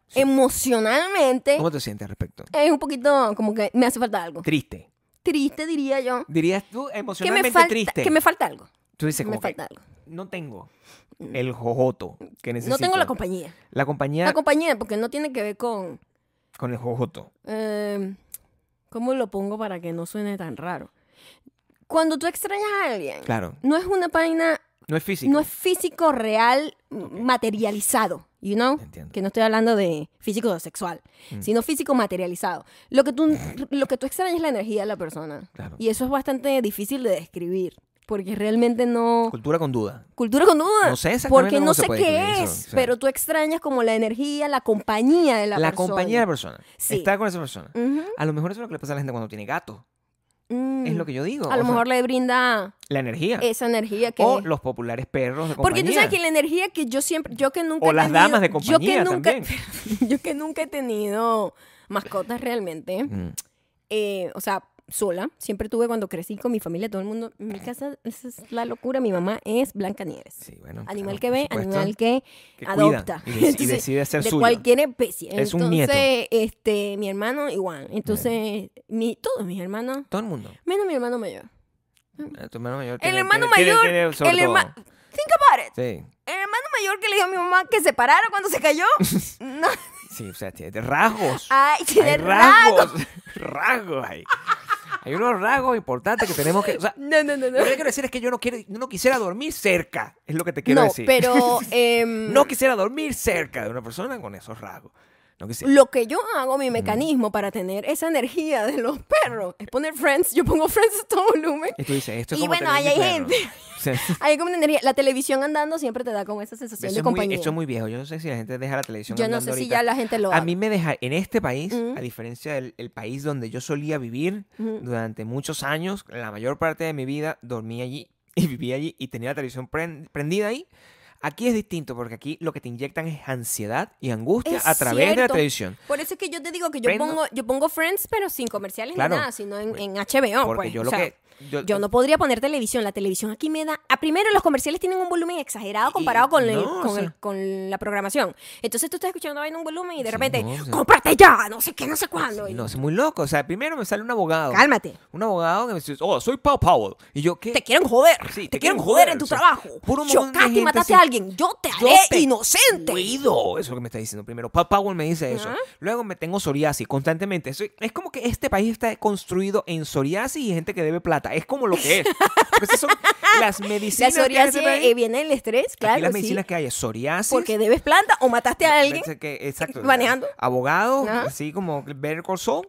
A: Emocionalmente
B: ¿Cómo te sientes al respecto?
A: es un poquito como que me hace falta algo.
B: Triste.
A: Triste, diría yo.
B: Dirías tú
A: Que me,
B: emocionalmente
A: falta,
B: triste.
A: que me falta algo.
B: tú dices
A: me
B: como que
A: falta algo.
B: no tengo el jojoto que necesito.
A: No tengo la compañía.
B: La compañía
A: La compañía, porque no tiene que ver con...
B: con el jojoto.
A: eh, ¿Cómo lo pongo para que no suene tan raro? Cuando tú extrañas a alguien,
B: Claro.
A: no es una página
B: No es físico.
A: No es físico real m- materializado, you know?
B: Entiendo. Mm.
A: Que no estoy hablando de físico sexual, sino físico materializado. Lo que tú lo que tú extrañas es la energía de la persona.
B: Claro.
A: Y eso es bastante difícil de describir, porque realmente no
B: Cultura con duda.
A: cultura con duda.
B: No sé exactamente
A: Ah, porque
B: cómo
A: no
B: se
A: sé
B: puede
A: qué
B: describir
A: es,
B: eso, o sea.
A: pero tú extrañas como la energía, la compañía de la,
B: La,
A: persona.
B: compañía de la persona.
A: Sí.
B: Estar con esa persona.
A: Ujú.
B: A lo mejor eso es lo que le pasa a la gente cuando tiene gato.
A: Mm.
B: Es lo que yo digo.
A: A lo
B: o sea,
A: mejor le brinda
B: la energía.
A: esa energía que
B: O los populares perros de compañía.
A: Porque tú sabes que la energía que yo siempre, yo que nunca
B: O
A: he
B: las
A: tenido-
B: damas de
A: yo que
B: compañía
A: nunca,
B: también.
A: yo que nunca he tenido mascotas realmente,
B: Mm.
A: eh, o sea, sola, siempre tuve cuando crecí con mi familia, todo el mundo, en mi casa esa es la locura, mi mamá es Blanca Nieves.
B: Sí, bueno.
A: Animal
B: claro,
A: que
B: por
A: ve,
B: supuesto,
A: animal que,
B: que cuida
A: adopta.
B: y dec- y
A: Entonces,
B: decide ser
A: de
B: suyo.
A: cualquier especie.
B: Es un nieto.
A: Entonces, este, mi hermano igual. Entonces, mi, todos mis hermanos,
B: Todo el mundo.
A: menos mi hermano mayor.
B: Eh, Tu hermano
A: Mm.
B: mayor.
A: El
B: tiene-
A: hermano
B: tiene- tiene-
A: mayor,
B: tiene sobre
A: el
B: todo.
A: hermano, think about it.
B: Sí.
A: El hermano mayor que le dijo a mi mamá que se parara cuando se cayó. No.
B: Sí, o sea, tiene rasgos.
A: Ay, Ah, tiene
B: Hay
A: rasgos.
B: rasgos. rasgos ahí. Hay unos rasgos importantes que tenemos que. O sea,
A: No, no, no, no.
B: lo que quiero decir es que yo no, quiero, no quisiera dormir cerca. Es lo que te quiero
A: no,
B: decir.
A: pero em,
B: No quisiera dormir cerca de una persona con esos rasgos. No quisiera.
A: lo que yo hago, mi mecanismo para tener esa energía de los perros, es poner Friends. Yo pongo Friends a todo volumen.
B: Y tú dices, esto es
A: Y
B: como
A: bueno,
B: tener
A: ahí
B: mi
A: hay
B: perro.
A: gente.
B: O sea, eso
A: Hay como una energía. La televisión andando siempre te da como esa sensación
B: es
A: de
B: muy-
A: compañía.
B: esto es muy viejo. Yo no sé si la gente deja la televisión.
A: yo no sé
B: andando
A: si
B: ahorita.
A: ya la gente lo
B: A
A: hace.
B: mí me deja, en este país,
A: Mm.
B: a diferencia del el país donde yo solía vivir
A: Ujú.
B: durante muchos años, la mayor parte de mi vida dormí allí y viví allí y tenía la televisión pren- prendida ahí. Aquí es distinto porque aquí lo que te inyectan es ansiedad y angustia
A: Es
B: a través de la
A: cierto.
B: televisión.
A: Por eso es que yo te digo que yo
B: Prendo-
A: pongo yo pongo Friends, pero sin comerciales
B: Claro.
A: ni nada, sino en, en HBO.
B: porque
A: pues.
B: yo
A: O
B: lo
A: sea,
B: que... Yo, eh,
A: Yo no podría poner televisión. La televisión aquí me da. A primero, los comerciales tienen un volumen exagerado
B: Y-
A: comparado con, el-
B: no, o
A: con,
B: sea-
A: el- con la programación. Entonces tú estás escuchando vaina un volumen y de
B: Sí,
A: repente,
B: no, o sea-
A: ¡cómprate ya! No sé qué, no sé cuándo.
B: sí,
A: Y-
B: no, es muy loco. O sea, primero me sale un abogado.
A: Cálmate.
B: Un abogado que me dice, oh, soy Paul Powell. Y yo, ¿qué?
A: Te quieren joder.
B: Sí,
A: te, quieren joder en tu
B: o sea,
A: trabajo.
B: puro montón de
A: Chocaste
B: gente
A: y mataste
B: así.
A: a alguien. Yo te haré
B: Yo te
A: E inocente.
B: cuido. Eso es lo que me está diciendo primero. Pa Powell me dice eso.
A: Ajá.
B: Luego me tengo psoriasis constantemente. Eso- es como que este país está construido en psoriasis y gente que debe plata. Es como lo que es. Porque esas son las
A: La
B: medicinas que hay en
A: psoriasis
B: este
A: eh,
B: país.
A: viene el estrés,
B: Aquí
A: claro.
B: las
A: sí,
B: medicinas que hay es psoriasis.
A: porque debes planta o mataste a alguien.
B: Parece que- exacto.
A: manejando.
B: Abogado,
A: Ajá.
B: así como Better Call Saul.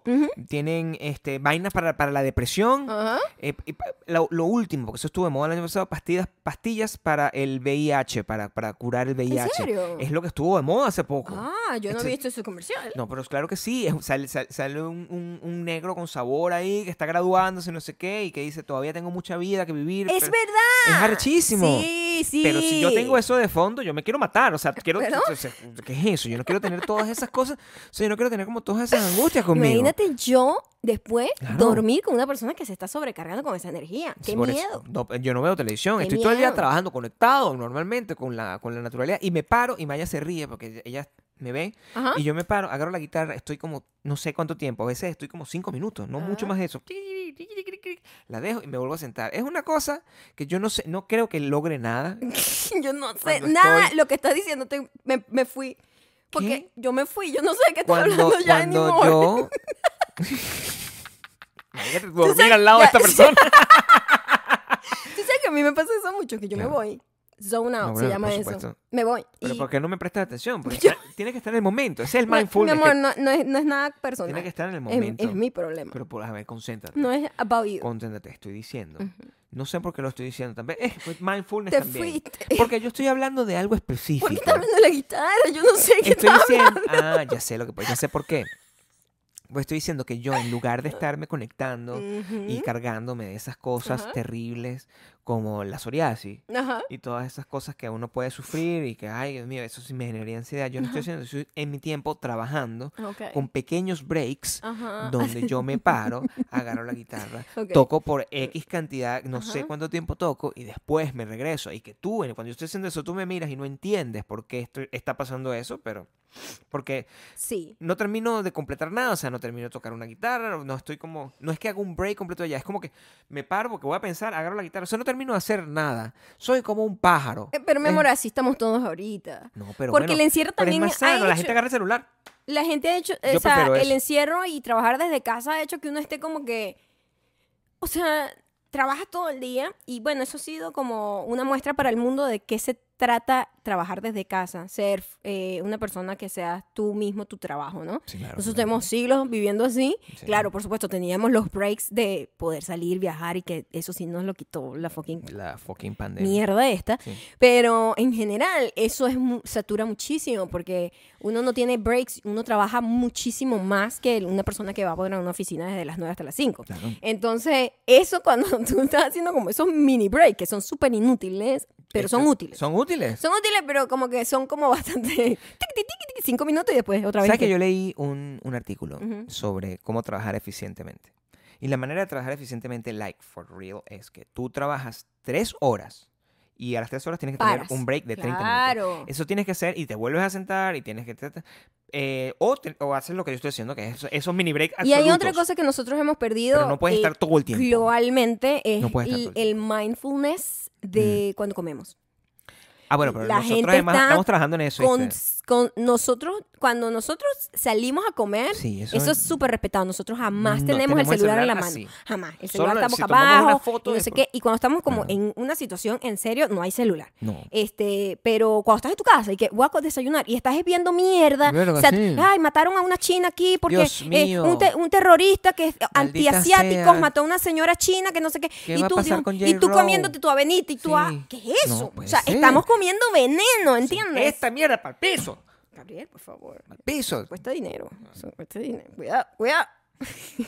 B: Tienen este, vainas para, para la depresión.
A: Ajá.
B: Eh, y pa- lo, lo último, porque eso estuvo de moda el año pasado, pastillas, pastillas para el VIH, para, para curar el VIH.
A: serio?
B: Es lo que estuvo de moda hace poco.
A: Ah, yo no
B: Este-
A: he visto ese comercial.
B: No, pero es claro que sí. es- sale sale- sale un, un- un negro con sabor ahí que está graduándose, no sé qué, y que dice, todavía tengo mucha vida que vivir.
A: Es
B: pero-
A: verdad.
B: Es arrechísimo.
A: Sí, sí.
B: Pero si yo tengo eso de fondo, yo me quiero matar. O sea, quiero.
A: ¿Perdón?
B: o sea, ¿Qué es eso? Yo no quiero tener todas esas cosas. O sea, yo no quiero tener como todas esas angustias conmigo.
A: Imagínate yo después
B: Claro.
A: dormir con una persona que se está sobrecargando con esa energía.
B: Sí,
A: ¡Qué
B: por eso.
A: miedo!
B: No, eh, yo no veo televisión.
A: Qué
B: Estoy todo el día
A: miedo.
B: trabajando conectado normalmente con la, con la naturalidad. Y me paro y Maya se ríe porque ella- ella me ve.
A: Ajá.
B: Y yo me paro, agarro la guitarra, estoy como no sé cuánto tiempo. A veces estoy como cinco minutos, no mucho
A: Ah.
B: más de eso. La dejo y me vuelvo a sentar. Es una cosa que yo no sé, no creo que logre nada.
A: yo no sé
B: Cuando
A: nada
B: estoy-
A: lo que estás diciendo. te- me, me fui. Porque yo me fui. Yo no sé de qué estás
B: Cuando,
A: hablando ya
B: cuando
A: anymore.
B: yo. Imagínate
A: Tú sabes-
B: dormir al lado de
A: ya,
B: esta
A: sí.
B: persona.
A: Tú sabes que a mí me pasa eso mucho, que yo
B: Claro.
A: me voy. Zone out,
B: No,
A: se
B: bueno,
A: llama
B: por
A: eso.
B: supuesto.
A: Me voy.
B: Pero
A: y-
B: ¿por qué no me prestas atención? Porque
A: Yo-
B: tienes que estar en el momento. Ese es el
A: Mi- Mi
B: mindfulness. que
A: amor, no, no es, no es nada personal.
B: Tienes que estar en el
A: Es-
B: momento.
A: Es, mi problema.
B: Pero por, a ver, concéntrate.
A: No es about you.
B: Concéntrate, estoy diciendo. No sé por qué lo estoy diciendo también. Eh, mindfulness
A: Te
B: también.
A: fuiste.
B: Porque yo estoy hablando de algo específico.
A: ¿Por qué estás hablando de la guitarra? Yo no sé de qué
B: estoy
A: estás
B: diciendo, ah, ya sé lo que ya sé por qué. Pues estoy diciendo que yo en lugar de estarme conectando
A: hablando.
B: y cargándome de esas cosas
A: Mm. Ajá.
B: terribles como la psoriasis
A: Ajá.
B: y todas esas cosas que uno puede sufrir y que, ay, Dios mío, eso sí me generaría ansiedad. Yo no estoy haciendo eso en mi tiempo trabajando
A: Ok.
B: con pequeños breaks
A: Ajá.
B: donde yo me paro, agarro la guitarra,
A: Ok. Eh,
B: toco por X cantidad, no sé
A: Ajá.
B: cuánto tiempo toco y después me regreso. Y que tú, en- cuando yo estoy haciendo eso, tú me miras y no entiendes por qué estoy- está pasando eso, pero porque
A: Sí.
B: no termino de completar nada, o sea, no termino de tocar una guitarra, no estoy como, no es que hago un break completo ya, es como que me paro porque voy a pensar, agarro la guitarra, o sea, no termino de hacer nada, soy como un pájaro.
A: Eh, Pero mi
B: Es-
A: amor, así estamos todos ahorita.
B: No, pero
A: Porque
B: bueno,
A: el encierro
B: pero es
A: también
B: más
A: ha
B: sano, la
A: hecho-
B: gente agarra el celular.
A: La gente ha hecho, eh,
B: Yo
A: o sea,
B: prefiero
A: el
B: eso.
A: encierro y trabajar desde casa ha hecho que uno esté como que, o sea, trabajas todo el día y bueno, eso ha sido como una muestra para el mundo de qué se trata trabajar desde casa, ser eh, una persona que seas tú mismo tu trabajo, ¿no?
B: Sí, claro.
A: Nosotros tenemos siglos viviendo así.
B: Sí.
A: Claro, por supuesto, teníamos los breaks de poder salir, viajar y que eso sí nos lo quitó la fucking
B: La fucking pandemia.
A: mierda esta.
B: Sí.
A: Pero en general, eso es mu- satura muchísimo porque uno no tiene breaks, uno trabaja muchísimo más que una persona que va a poner en una oficina desde las 9 hasta las 5.
B: Claro.
A: Entonces, eso cuando tú estás haciendo como esos mini breaks que son súper inútiles, pero son
B: Este-
A: útiles.
B: Son útiles.
A: Son útiles, pero como que son como bastante... tic, tic, tic, tic, cinco minutos y después otra vez.
B: ¿Sabes que yo leí un, un artículo
A: Ujú.
B: sobre cómo trabajar eficientemente? Y la manera de trabajar eficientemente, like for real, es que tú trabajas tres horas y a las tres horas tienes que
A: Paras.
B: tener un break de 30 minutos.
A: Claro.
B: Eso tienes que hacer y te vuelves a sentar y tienes que... ta- ta- eh, o, te- o haces lo que yo estoy haciendo, que es eso- esos mini break
A: Y hay otra
B: absolutos,
A: cosa que nosotros hemos perdido.
B: Pero no puedes
A: eh,
B: estar todo el tiempo.
A: Globalmente es
B: No puedes estar
A: el,
B: todo el Mm.
A: el mindfulness de cuando comemos.
B: Ah, bueno, pero
A: la
B: nosotros
A: gente
B: además
A: está
B: estamos trabajando en eso.
A: Con,
B: ¿viste?
A: con nosotros, cuando nosotros salimos a comer,
B: Sí,
A: eso, es súper respetado. Nosotros jamás
B: No,
A: tenemos, el celular, en la mano.
B: así.
A: Jamás. El
B: Solo
A: celular está
B: si
A: boca
B: tomamos una
A: abajo.
B: foto
A: y no
B: de-
A: sé qué. Y cuando estamos como
B: Ajá.
A: en una situación en serio, no hay celular.
B: No.
A: Este, pero cuando estás en tu casa y que voy a co- desayunar y estás viendo mierda,
B: Verga,
A: o sea,
B: sí.
A: ay, mataron a una china aquí porque
B: Dios
A: eh,
B: mío.
A: un, te- un terrorista que es
B: Maldita
A: antiasiático
B: sea.
A: mató a una señora china que no sé qué,
B: ¿Qué
A: y
B: va a
A: tú, Dios-
B: pasar con
A: y tú
B: J.Lo?
A: comiéndote tu avenita y tú, ah,
B: Sí.
A: ¿qué es
B: No,
A: eso? o
B: puede
A: sea,
B: ser.
A: estamos comiendo veneno, ¿entiendes?
B: Esta mierda para el piso.
A: Gabriel, por favor,
B: Para el piso.
A: cuesta dinero, eso cuesta dinero, cuidado, cuidado.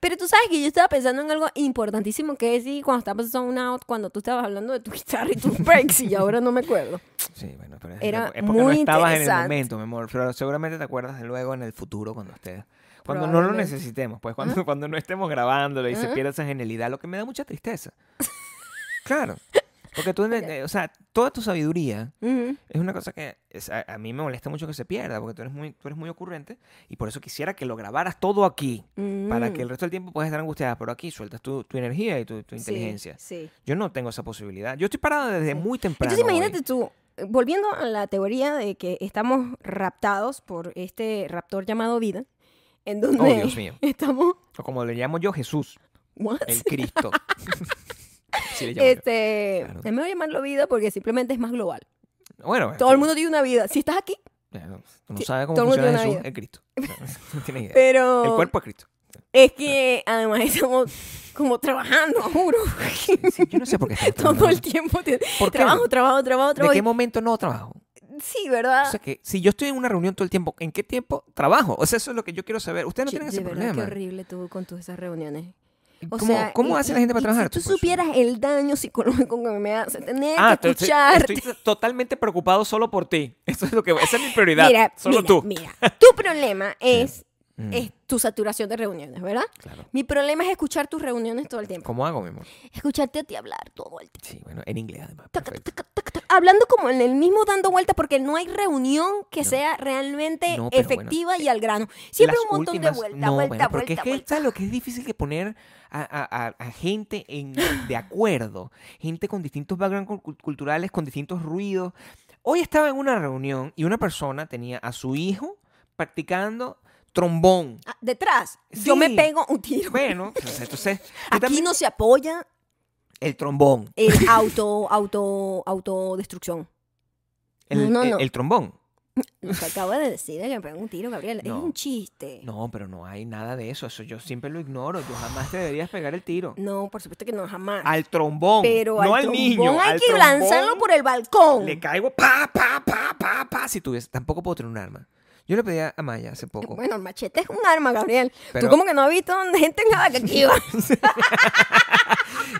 A: Pero tú sabes que yo estaba pensando en algo importantísimo que decir cuando estabas on out, cuando tú estabas hablando de tu guitarra y tus breaks y ahora no me acuerdo.
B: Sí, bueno, pero es-
A: Era
B: es porque
A: muy
B: no estabas en el
A: interesante.
B: momento, mi amor. Pero seguramente te acuerdas de luego en el futuro cuando estés. Cuando no lo
A: Probablemente.
B: necesitemos, pues cuando, cuando no estemos grabándolo y se pierda esa genialidad, lo que me da mucha tristeza. claro. Porque tú, eh, o sea, toda tu sabiduría
A: Ujú.
B: es una cosa que es- a, a mí me molesta mucho que se pierda, porque tú eres muy, tú eres muy ocurrente y por eso quisiera que lo grabaras todo aquí,
A: Mm.
B: para que el resto del tiempo puedas estar angustiada. Pero aquí sueltas tu, tu energía y tu, tu
A: Sí,
B: inteligencia.
A: Sí.
B: Yo no tengo esa posibilidad. Yo estoy parado desde muy temprano.
A: Entonces
B: hoy.
A: imagínate tú, eh, volviendo a la teoría de que estamos raptados por este raptor llamado vida, en donde
B: Oh, Dios mío.
A: estamos...
B: O como le llamo yo, Jesús,
A: ¿What?
B: el Cristo. Sí le llamo yo.
A: Este,
B: Claro.
A: es mejor llamarlo vida porque simplemente es más global.
B: Bueno, es
A: Todo
B: que-
A: el mundo tiene una vida. Si estás aquí,
B: Bueno, tú no
A: Sí,
B: sabes cómo
A: todo el mundo tiene una
B: funciona Jesús,
A: vida.
B: el Cristo. No tienes idea.
A: pero
B: El cuerpo es Cristo.
A: es que además estamos como trabajando, juro.
B: Sí, yo no sé por qué estamos
A: Todo el
B: trabajando.
A: tiempo te-
B: ¿Por qué?
A: trabajo, trabajo, trabajo,
B: ¿De
A: trabajo.
B: qué momento no trabajo?
A: Sí, ¿verdad?
B: O sea, que si yo estoy en una reunión todo el tiempo, ¿en qué tiempo trabajo? O sea, eso es lo que yo quiero saber. Ustedes no
A: Che,
B: tienen
A: de
B: ese
A: verdad,
B: problema.
A: Qué horrible tú con todas esas reuniones. O
B: ¿Cómo,
A: sea,
B: cómo
A: y-
B: hace la gente para
A: y
B: trabajar?
A: Si tú
B: Pues,
A: supieras el daño psicológico que me hace tener
B: Ah,
A: que
B: te- estoy,
A: escuchar.
B: estoy totalmente preocupado solo por ti. Eso es lo que, esa es mi prioridad.
A: Mira,
B: solo
A: mira,
B: tú.
A: mira. Tu problema es,
B: Mm,
A: es tu saturación de reuniones, ¿verdad?
B: Claro.
A: Mi problema es escuchar tus reuniones todo el tiempo.
B: ¿Cómo hago, mi amor?
A: Escucharte a ti hablar todo el tiempo.
B: Sí, bueno, en inglés además.
A: Taca,
B: perfecto.
A: taca, taca, taca, Hablando como en el mismo dando vueltas porque no hay reunión que sea realmente
B: No, pero bueno, eh,
A: efectiva y al grano. Siempre
B: las
A: un montón
B: últimas-
A: de vueltas,
B: no,
A: vuelta,
B: bueno, porque
A: vuelta,
B: es que
A: vuelta.
B: ¿sabes lo que es difícil que poner a, a- a- a gente en, de acuerdo, gente con distintos backgrounds culturales, con distintos ruidos. Hoy estaba en una reunión y una persona tenía a su hijo practicando trombón.
A: Ah, detrás, yo me
B: Sí.
A: pego un tiro.
B: Bueno, pues, entonces tú
A: Aquí
B: también-
A: no se apoya
B: el trombón,
A: el auto, auto, autodestrucción.
B: el,
A: No, no,
B: el-
A: no.
B: el trombón.
A: Nos acaba de decir que me pegó un tiro, Gabriel.
B: No.
A: Es un chiste. No.
B: No, pero no hay nada de eso. Eso yo siempre lo ignoro. Tú jamás te deberías pegar el tiro.
A: por supuesto que no, jamás.
B: Al trombón,
A: Pero
B: no
A: al
B: al, niño.
A: trombón hay
B: al
A: que
B: trombón.
A: lanzarlo por el balcón.
B: Le caigo pa, pa, pa, pa, pa. Si tuviese, tampoco puedo tener un arma. Yo le pedí a Maya hace poco.
A: Bueno, el machete es un arma, Gabriel.
B: Pero-
A: Tú como que no has visto donde gente en Jabacatúa.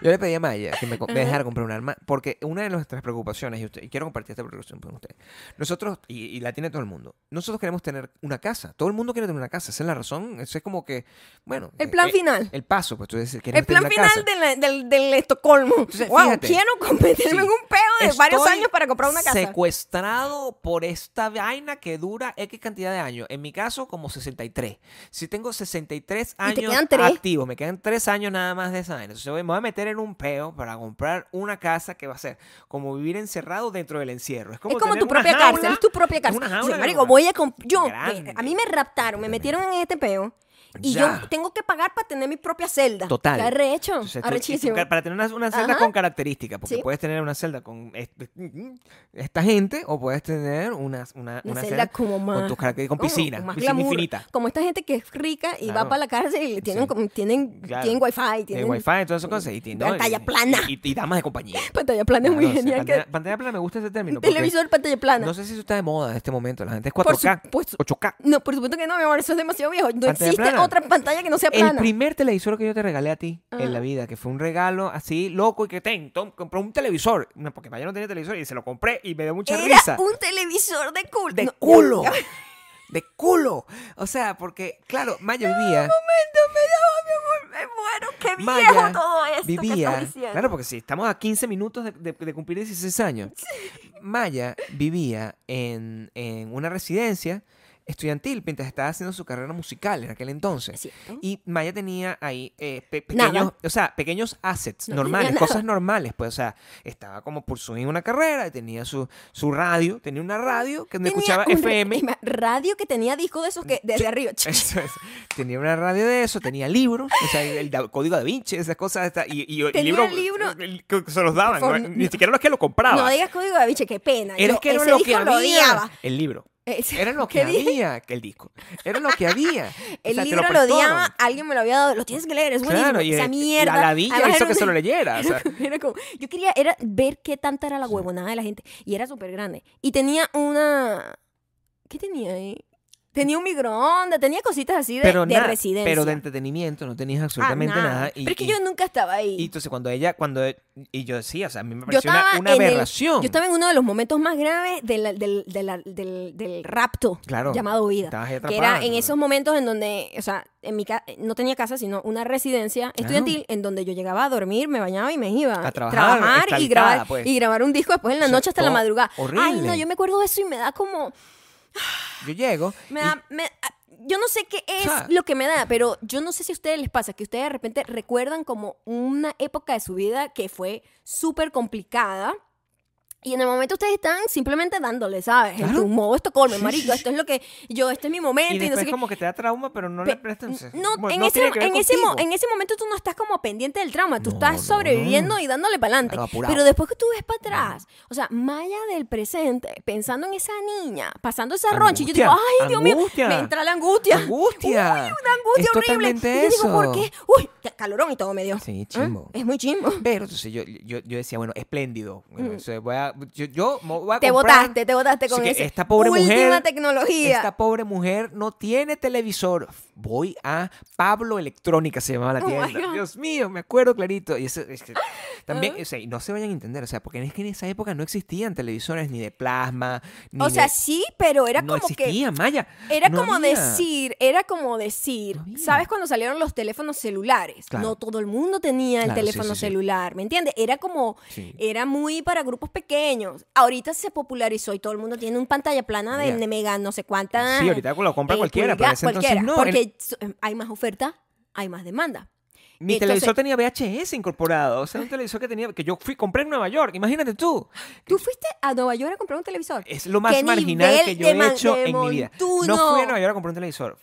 B: Yo le pedí a Maya que me, co- me dejara comprar un arma, porque una de nuestras preocupaciones, y, usted- y quiero compartir esta preocupación con ustedes, nosotros, y, y la tiene todo el mundo, nosotros queremos tener una casa, todo el mundo quiere tener una casa, esa es la razón, eso es como que, bueno.
A: El
B: eh,
A: plan
B: eh,
A: final.
B: El paso, pues tú dices, queremos
A: El plan
B: tener una
A: final
B: casa.
A: de la- del, del Estocolmo. wow,
B: fíjate.
A: quiero competirme en
B: Sí.
A: un pedo de varios
B: Estoy
A: años para comprar una casa.
B: Secuestrado por esta vaina que dura X cantidad de años. En mi caso, como 63. Si tengo 63
A: Y te
B: años
A: quedan tres.
B: activos, me quedan 3 años nada más de esa vaina. Entonces voy- me voy a meter en un peo para comprar una casa que va a ser como vivir encerrado dentro del encierro. Es como,
A: es como
B: tener
A: tu
B: una
A: propia
B: jaula,
A: cárcel, es tu propia
B: es
A: cárcel.
B: una
A: Dice,
B: jaula que
A: marico,
B: compras.
A: voy a comp- yo, eh,
B: Grande.
A: a mí me raptaron, me metieron en este peo y
B: Ya.
A: yo tengo que pagar para tener mi propia celda.
B: Total.
A: Qué arrecho,
B: Entonces, tú-
A: arrechísimo.
B: y tú- para tener una, una celda
A: Ajá.
B: con características, porque
A: Sí.
B: puedes tener una celda con este- esta gente o puedes tener una, una,
A: Una
B: una
A: celda como más.
B: con, tus características, con
A: como-
B: piscina,
A: como más
B: piscina
A: glamour.
B: infinita.
A: Como esta gente que es rica y
B: Claro.
A: va para la cárcel y le tienen,
B: Sí.
A: como- tienen,
B: Claro.
A: tienen wifi,
B: De
A: tienen
B: wifi, todas esas cosas. Y tiene-
A: pantalla
B: y-
A: plana.
B: Y, y damas de compañía.
A: pantalla plana, es muy
B: Claro, o sea,
A: genial. que-
B: pantalla, pantalla plana, me gusta ese término. porque
A: televisor pantalla plana.
B: No sé si eso está de moda en este momento. La gente es
A: Por
B: 4K,
A: supuesto.
B: 8K.
A: No, por supuesto que no, mi amor, eso es demasiado viejo. No
B: ¿Pantalla
A: existe
B: plana?
A: otra pantalla que no sea
B: El
A: plana. Ah.
B: primer televisor que yo te regalé a ti
A: Ajá.
B: en la vida, que fue un regalo así loco y que ten, tom, compró un televisor. No, porque Maya no tenía televisor y se lo compré y me dio mucha
A: Era
B: risa.
A: un televisor de culo.
B: De
A: No,
B: culo.
A: ya-
B: De culo. O sea, porque, claro, Maya vivía.
A: momento, me llama mi amor, me muero, qué
B: Maya
A: viejo todo esto que
B: vivía.
A: estás diciendo.
B: claro, porque si estamos a 15 minutos de, de- de cumplir 16 años. Maya vivía en, en una residencia estudiantil mientras estaba haciendo su carrera musical en aquel entonces.
A: ¿Cierto?
B: Y Maya tenía ahí eh, pe-
A: Nada.
B: pequeños, o sea, pequeños assets
A: No
B: normales,
A: tenía
B: cosas
A: nada.
B: normales. Pues, o sea, estaba como pursuing una carrera, tenía su, su radio, tenía una radio que donde
A: Tenía
B: escuchaba
A: un re-
B: FM.
A: ima- radio que tenía disco de esos que desde arriba.
B: Eso es. Tenía una radio de eso, tenía libros, o sea, el da- código da Vinci, esas cosas, esta- y, y- y
A: Tenía
B: libros
A: libro-
B: el- que se los daban,
A: For-
B: ¿no? ni siquiera los que lo compraba.
A: No digas código da Vinci, qué pena.
B: era
A: Yo
B: que era
A: ese
B: lo
A: disco
B: que
A: lo
B: había.
A: odiaba.
B: El libro.
A: Ese-
B: Era lo que
A: ¿Qué dije?
B: había, que el disco. Era lo que había.
A: El
B: O sea, te
A: libro lo,
B: prestaron.
A: odiaba, alguien me lo había dado, lo tienes que leer, es buenísimo.
B: Claro, y
A: esa
B: el-
A: mierda.
B: la ladilla
A: Además,
B: hizo
A: era
B: que se
A: una-
B: lo leyera. o sea.
A: Era como, yo quería era ver qué tanta era la huevonada de la gente. Y era súper grande. Y tenía una. ¿Qué tenía ahí? Tenía un microondas, tenía cositas así de,
B: pero,
A: de
B: nada,
A: residencia.
B: pero de entretenimiento no tenías
A: Ah,
B: absolutamente
A: nada.
B: nada.
A: pero es que yo nunca estaba ahí.
B: y entonces cuando ella, cuando, y yo decía, o sea, a mí me
A: yo
B: pareció una,
A: estaba,
B: una
A: en el-
B: aberración.
A: yo estaba en uno de los momentos más graves de la- del, de la- del- del rapto
B: Claro.
A: llamado vida.
B: Estabas ahí
A: Que
B: atrapada,
A: era en
B: ¿no?
A: esos momentos en donde, o sea, en mi ca- no tenía casa, sino una residencia estudiantil en donde yo llegaba a dormir, me bañaba y me iba
B: A trabajar,
A: y
B: esclavizada,
A: grabar
B: pues.
A: y grabar un disco después en la
B: O sea,
A: noche hasta la
B: todo
A: madrugada. Ay, no,
B: horrible.
A: yo me acuerdo de eso y me da como
B: Yo llego.
A: me
B: y-
A: da- me- ah, yo no sé qué es
B: sea,
A: lo que me da, pero yo no sé si a ustedes les pasa que ustedes de repente recuerdan como una época de su vida que fue súper complicada. Y en el momento ustedes están simplemente dándole, ¿sabes? En
B: Claro.
A: tu modo Estocolmo,
B: Sí, sí,
A: marico,
B: sí.
A: esto es lo que yo, este es mi momento
B: Y
A: y, no
B: después
A: sé qué.
B: como que te da trauma, pero no le
A: Pe-
B: prestas...
A: No,
B: bueno,
A: en,
B: no
A: ese,
B: tiene que ver
A: en, ese, mo-
B: contigo.
A: en ese momento tú no estás como pendiente del trauma, tú
B: No,
A: estás
B: no,
A: sobreviviendo
B: no.
A: y dándole para adelante.
B: Claro, apurado.
A: Pero después que tú ves para atrás, o sea, Maya del presente, pensando en esa niña, pasando esa roncha, y yo digo,
B: Angustia,
A: ay, Dios mío,
B: angustia.
A: me entra la angustia.
B: ¡Angustia!
A: Uy, una angustia
B: Es
A: horrible.
B: totalmente
A: y yo digo, ¿por
B: eso.
A: qué? Uy, qué calorón y todo me dio.
B: Sí,
A: ¿Ah?
B: chimbo.
A: Es muy chimbo.
B: Pero entonces yo, yo, yo decía, bueno, espléndido. Bueno, entonces voy a- yo, yo me voy a
A: Mm. Te
B: comprar-
A: botaste, te botaste con
B: Así que
A: ese-
B: esta pobre
A: última
B: mujer,
A: tecnología.
B: Esta pobre mujer no tiene televisor. Voy a Pablo Electrónica, se llamaba la
A: Oh my
B: tienda.
A: God. Ah.
B: Dios mío, me acuerdo clarito. Y eso- es que también, o sea, y no se vayan a entender, o sea, porque es que en esa época no existían televisores ni de plasma, ni
A: O sea,
B: de-
A: sí, pero era
B: no
A: como que
B: existía, Maya.
A: Era
B: No
A: como
B: había.
A: decir, era como decir,
B: No había.
A: ¿sabes cuando salieron los teléfonos celulares?
B: Claro.
A: No todo el mundo tenía el
B: Claro, sí,
A: teléfono
B: sí, sí.
A: celular, ¿me entiendes? Era como,
B: Sí.
A: era muy para grupos pequeños. Ahorita se popularizó y todo el mundo tiene un pantalla plana de
B: Ya.
A: mega no sé cuánta.
B: Sí, ahorita lo compra cualquiera, pero en ese entonces
A: cualquiera,
B: no,
A: Porque
B: en-
A: so- eh, hay más oferta, hay más demanda.
B: Mi
A: Entonces-
B: televisor tenía VHS incorporado, o sea, un televisor que tenía que yo fui compré en Nueva York, imagínate tú.
A: ¿Tú fuiste a Nueva York a comprar un televisor?
B: Es lo más
A: ¿Qué
B: marginal
A: nivel
B: que yo
A: de
B: he
A: man-
B: hecho
A: de
B: en mi vida.
A: montuno?
B: No fui a Nueva York a comprar un televisor.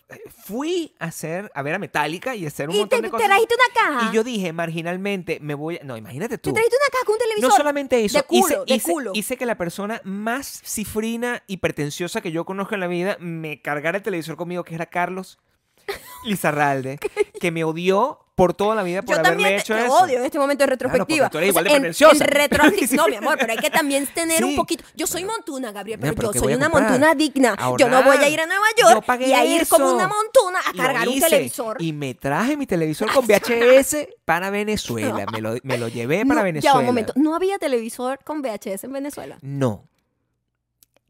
B: Fui a hacer a ver a Metallica y a hacer un
A: Y
B: montón
A: te,
B: de
A: te
B: cosas.
A: trajiste una caja.
B: Y yo dije, marginalmente me voy, a... no, imagínate tú.
A: te trajiste una caja con un televisor.
B: No solamente eso,
A: de culo,
B: hice,
A: de
B: hice-
A: culo.
B: hice que la persona más cifrina y pretenciosa que yo conozco en la vida me cargara el televisor conmigo, que era Carlos Lizarralde, que me odió por toda la vida por
A: Yo
B: haberme
A: también te,
B: hecho
A: te
B: eso.
A: odio en este momento de retrospectiva.
B: porque tú eres igual de
A: en-
B: pretenciosa.
A: en retroacti- No, mi amor, pero hay que también tener
B: Sí.
A: un poquito. Yo soy montuna, Gabriel,
B: Mira,
A: pero,
B: pero ¿qué
A: yo soy
B: voy a
A: una
B: comprar?
A: montuna digna. yo
B: Ahorrar.
A: no voy a ir a Nueva
B: Yo
A: York
B: pagué
A: y a ir como
B: eso.
A: una montuna a
B: Y lo
A: cargar un
B: hice.
A: televisor.
B: Y me traje mi televisor con VHS para Venezuela. Me lo, me lo llevé para
A: No,
B: Venezuela.
A: Ya, un momento. ¿No había televisor con VHS en Venezuela?
B: No.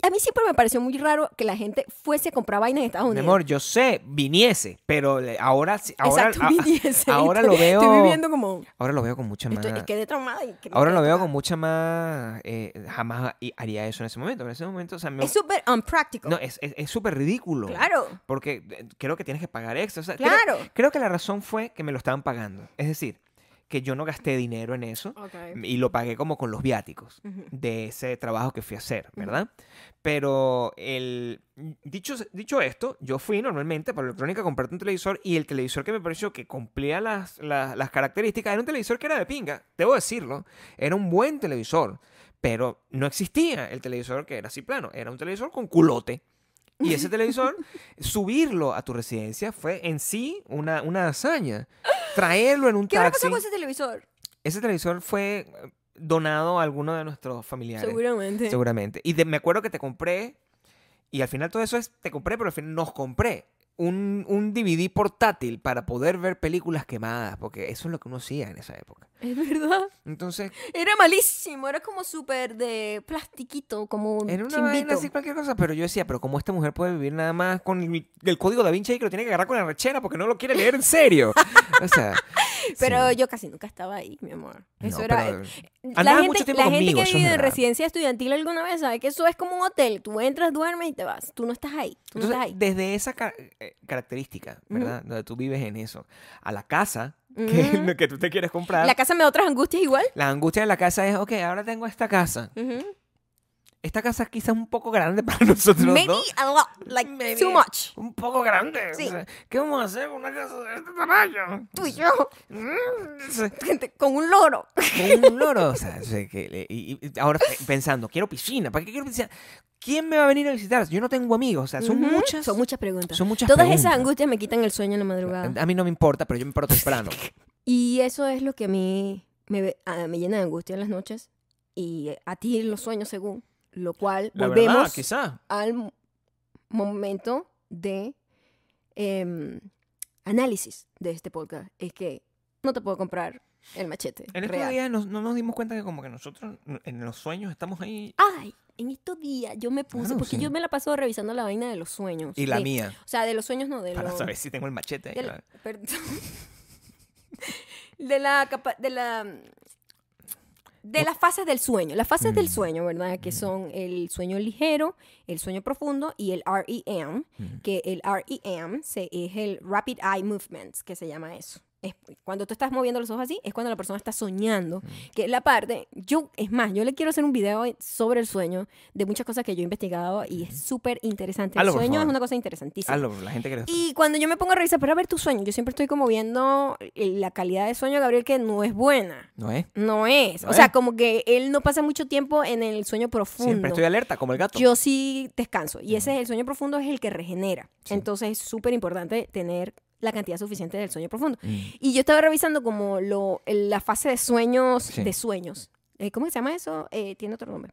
A: A mí siempre me pareció muy raro que la gente fuese a comprar vainas en Estados
B: Mi
A: Unidos.
B: amor, yo sé, viniese, pero le- ahora sí- ahora,
A: Exacto,
B: a- a-
A: viniese.
B: ahora lo
A: Estoy-
B: veo.
A: Estoy viviendo como...
B: ahora lo veo con mucha más.
A: Estoy, quedé traumada. y creo
B: Ahora
A: que-
B: lo veo con mucha más. eh, jamás i- haría eso en ese momento. En ese momento, o sea, me-
A: Es súper unpractical.
B: no, es es- es súper ridículo.
A: claro.
B: Porque eh, creo que tienes que pagar extra. o sea, creo-
A: Claro.
B: Creo, que la razón fue que me lo estaban pagando. Es decir, que yo no gasté dinero en eso y lo pagué como con los viáticos
A: Ujú.
B: de ese trabajo que fui a hacer, ¿verdad? Pero el, dicho, dicho esto, yo fui normalmente para electrónica a comprarte un televisor y el televisor que me pareció que cumplía las, las, las características era un televisor que era de pinga, debo decirlo, era un buen televisor, pero no existía el televisor que era así plano, era un televisor con culote. Y ese televisor, subirlo a tu residencia fue en sí una, una hazaña. Traerlo en un
A: ¿Qué habrá
B: taxi.
A: pasado con ese televisor?
B: Ese televisor fue eh, donado a alguno de nuestros familiares.
A: Seguramente.
B: Seguramente. Y de- me acuerdo que te compré, y al final todo eso es, te compré, pero al final nos compré un, un DVD portátil para poder ver películas quemadas, porque eso es lo que uno hacía en esa época.
A: Es verdad.
B: Entonces,
A: Era malísimo. Era como súper de plastiquito, como un
B: era una vaina
A: chimbito.
B: así cualquier cosa, pero yo decía, pero ¿cómo esta mujer puede vivir nada más con el, el código da Vinci ahí que lo tiene que agarrar con la rechera porque no lo quiere leer en serio? o sea,
A: Pero
B: sí.
A: yo casi nunca estaba ahí, mi amor. Eso
B: No,
A: era. eh,
B: pero-
A: la
B: andaba
A: gente,
B: mucho tiempo
A: la gente
B: conmigo,
A: que
B: eso es
A: vive en
B: verdad.
A: residencia estudiantil alguna vez sabe que eso es como un hotel. Tú entras, duermes y te vas. Tú no estás ahí. Tú no
B: Entonces,
A: estás ahí.
B: desde esa ca- eh, característica,
A: Ujú.
B: ¿verdad? Donde tú vives en eso, a la casa que,
A: Ujú.
B: que tú te quieres comprar.
A: La
B: La,
A: casa me da otras angustias igual.
B: angustia de la casa es, ok, ahora tengo esta casa.
A: Ujú.
B: Esta casa quizás un poco grande para nosotros
A: Maybe
B: dos.
A: a lot. Like,
B: Maybe.
A: too much.
B: Un poco grande. o
A: Sí.
B: sea, ¿Qué vamos a hacer con una casa de este tamaño?
A: Tú y yo. Gente, con un loro.
B: Con un loro. o sea, o sea, que le- y- y ahora pe- pensando, quiero piscina. ¿Para qué quiero piscina? ¿Quién me va a venir a visitar? Yo no tengo amigos. O sea, son
A: Ujú.
B: muchas.
A: Son muchas preguntas.
B: son muchas
A: Todas
B: preguntas.
A: esas angustias me quitan el sueño en la madrugada.
B: A mí no me importa, pero yo me paro temprano.
A: Y eso es lo que a mí me, ve- ah, me llena de angustia en las noches y eh, a ti en los sueños según, lo cual
B: La
A: volvemos
B: verdad, quizás.
A: al mo- momento de em, análisis de este podcast. Es que no te puedo comprar el machete.
B: En estos
A: real.
B: días nos- no nos dimos cuenta que como que nosotros n- en los sueños estamos ahí.
A: Ay, en estos días yo me puse,
B: Claro,
A: porque
B: sí.
A: yo me la paso revisando la vaina de los sueños.
B: Y la
A: de-
B: mía,
A: O sea, de los sueños no, de
B: para
A: los...
B: saber si tengo el machete. ahí,
A: De la,
B: claro.
A: perdón. de la capa- de la de las fases del sueño, las fases
B: Mm.
A: del sueño, ¿verdad? Que son el sueño ligero, el sueño profundo y el REM,
B: Mm.
A: que el REM se, es el Rapid Eye Movements, que se llama eso. Es cuando tú estás moviendo los ojos así, es cuando la persona está soñando,
B: Mm.
A: que es la parte, yo, es más, yo le quiero hacer un video sobre el sueño, de muchas cosas que yo he investigado y es súper interesante. El
B: Hazlo, por
A: sueño es
B: favor.
A: una cosa interesantísima.
B: Hazlo, la gente que lo-
A: Y cuando yo me pongo a revisar para ver tu sueño, yo siempre estoy como viendo eh, la calidad de sueño, de Gabriel, que no es buena.
B: ¿No es?
A: No es.
B: No
A: O sea,
B: es.
A: como que él no pasa mucho tiempo en el sueño profundo.
B: Siempre estoy alerta, como el gato.
A: Yo sí descanso. Y ese es el sueño profundo, es el que regenera.
B: Sí.
A: Entonces es súper importante tener la cantidad suficiente del sueño profundo.
B: Mm.
A: Y yo estaba revisando como lo, el- la fase de sueños,
B: Sí.
A: de sueños. Eh, ¿Cómo que se llama eso? Eh, tiene otro nombre.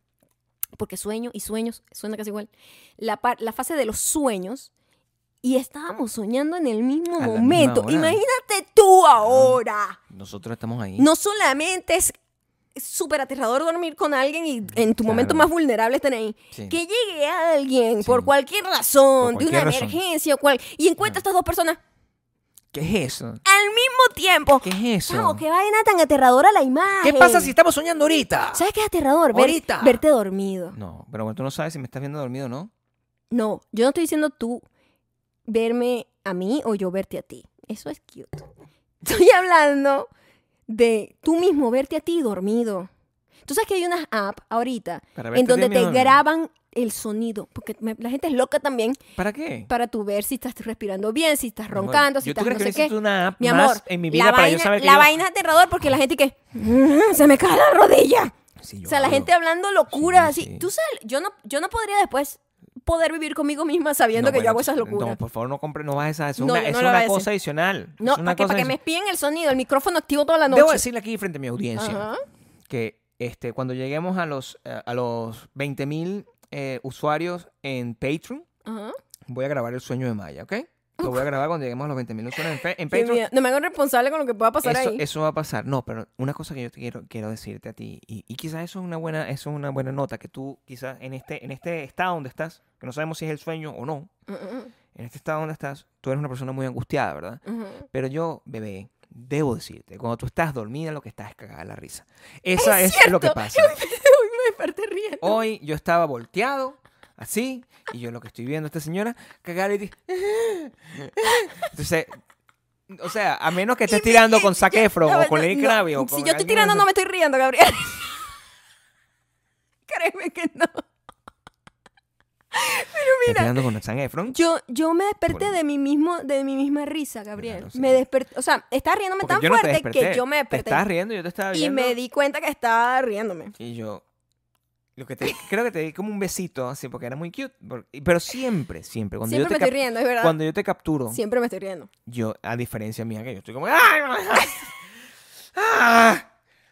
A: Porque sueño y sueños suena casi igual. La, par- la fase de los sueños. Y estábamos soñando en el mismo
B: A la misma
A: momento.
B: hora. Ah,
A: Imagínate tú ahora.
B: Nosotros estamos ahí.
A: No solamente es es súper aterrador dormir con alguien y en tu momento
B: Claro.
A: más vulnerable estar ahí.
B: Sí.
A: Que llegue alguien
B: Sí.
A: por cualquier razón,
B: Por
A: de
B: cualquier
A: una
B: razón.
A: emergencia o cual, y encuentra a estas dos personas
B: ¿Qué es eso?
A: al mismo tiempo.
B: ¿Qué es eso?
A: Chamo, qué vaina tan aterradora la imagen.
B: ¿Qué pasa si estamos soñando ahorita?
A: ¿Sabes qué es aterrador? Ver-
B: Ahorita.
A: Verte dormido.
B: No, pero bueno, tú no sabes si me estás viendo dormido o no.
A: No, yo no estoy diciendo tú verme a mí o yo verte a ti. Eso es cute. Estoy hablando de tú mismo verte a ti dormido. Tú sabes que hay unas apps ahorita
B: Para verte
A: en donde te
B: dormido, ¿no?
A: graban el sonido, porque me- la gente es loca también
B: ¿Para qué?
A: para tú ver si estás respirando bien, si estás roncando, si
B: yo,
A: estás
B: ¿Tú
A: no
B: crees
A: sé
B: que
A: qué.
B: necesito una app
A: Mi
B: más
A: amor,
B: en mi vida
A: la
B: para yo
A: vaina,
B: saber que
A: la
B: yo-
A: vaina es aterrador porque la gente que "Mm, se me cae la rodilla.
B: Sí, yo
A: O sea, la
B: hablo.
A: gente hablando locuras
B: Sí,
A: así.
B: sí.
A: Tú sabes, yo no, yo no podría después poder vivir conmigo misma sabiendo
B: No,
A: que yo
B: bueno,
A: hago esas locuras.
B: No, por favor, no compres, no vas a esa. Es
A: No,
B: una,
A: yo
B: es
A: no lo voy
B: una
A: a
B: cosa adicional.
A: No,
B: es una
A: para que,
B: cosa
A: para que me
B: adicional.
A: espíen el sonido, el micrófono activo toda la noche.
B: Debo decirle aquí frente a mi audiencia
A: Ajá.
B: que este, cuando lleguemos a los, eh, a los 20 mil eh, usuarios en Patreon,
A: Ajá.
B: voy a grabar el sueño de Maya, ¿ok? Lo voy a grabar cuando lleguemos a los 20 mil usuarios en, Fe- en
A: Qué
B: Patreon.
A: miedo. No me hagan responsable con lo que pueda pasar
B: Eso,
A: ahí.
B: eso va a pasar. No, pero una cosa que yo te quiero, quiero decirte a ti, y, y quizás eso es una buena, eso es una buena nota, que tú quizás en este, en este estado donde estás, que no sabemos si es el sueño o no,
A: Ujú,
B: en este estado donde estás, tú eres una persona muy angustiada, ¿verdad?
A: ujú.
B: Pero yo, bebé, debo decirte, cuando tú estás dormida, lo que estás es cagada de la risa. Esa es, lo que
A: cierto.
B: pasa.
A: Uy, me desperté riendo.
B: Hoy yo estaba volteado, así, y yo lo que estoy viendo a esta señora, cagada y di- Entonces, o sea, a menos que estés tirando con Zac Efron
A: No,
B: o con
A: no,
B: Lenny
A: no.
B: Kravitz o
A: Si
B: con
A: yo estoy
B: alguien
A: tirando,
B: de-
A: no me estoy riendo, Gabriel. Créeme que no.
B: Estás tirando con Zac Efron.
A: Yo, yo me desperté
B: Bueno.
A: de mi mismo, de mi misma risa, Gabriel.
B: Claro, sí.
A: Me desperté, o sea, estaba riéndome
B: Porque
A: tan
B: yo no te
A: fuerte que
B: desperté.
A: yo me desperté.
B: Te estabas riendo, yo te estaba
A: y
B: viendo.
A: me di cuenta que estaba riéndome.
B: Y yo, lo que te, creo que te di como un besito, así, porque era muy cute. por- y- Pero siempre, siempre. Cuando,
A: Siempre me
B: yo, te
A: estoy
B: cap-
A: riendo, es verdad.
B: cuando yo te capturo,
A: Siempre me estoy riendo.
B: yo, a diferencia mía, que yo estoy como... ¡Ay, no me dejas! ¡Ah!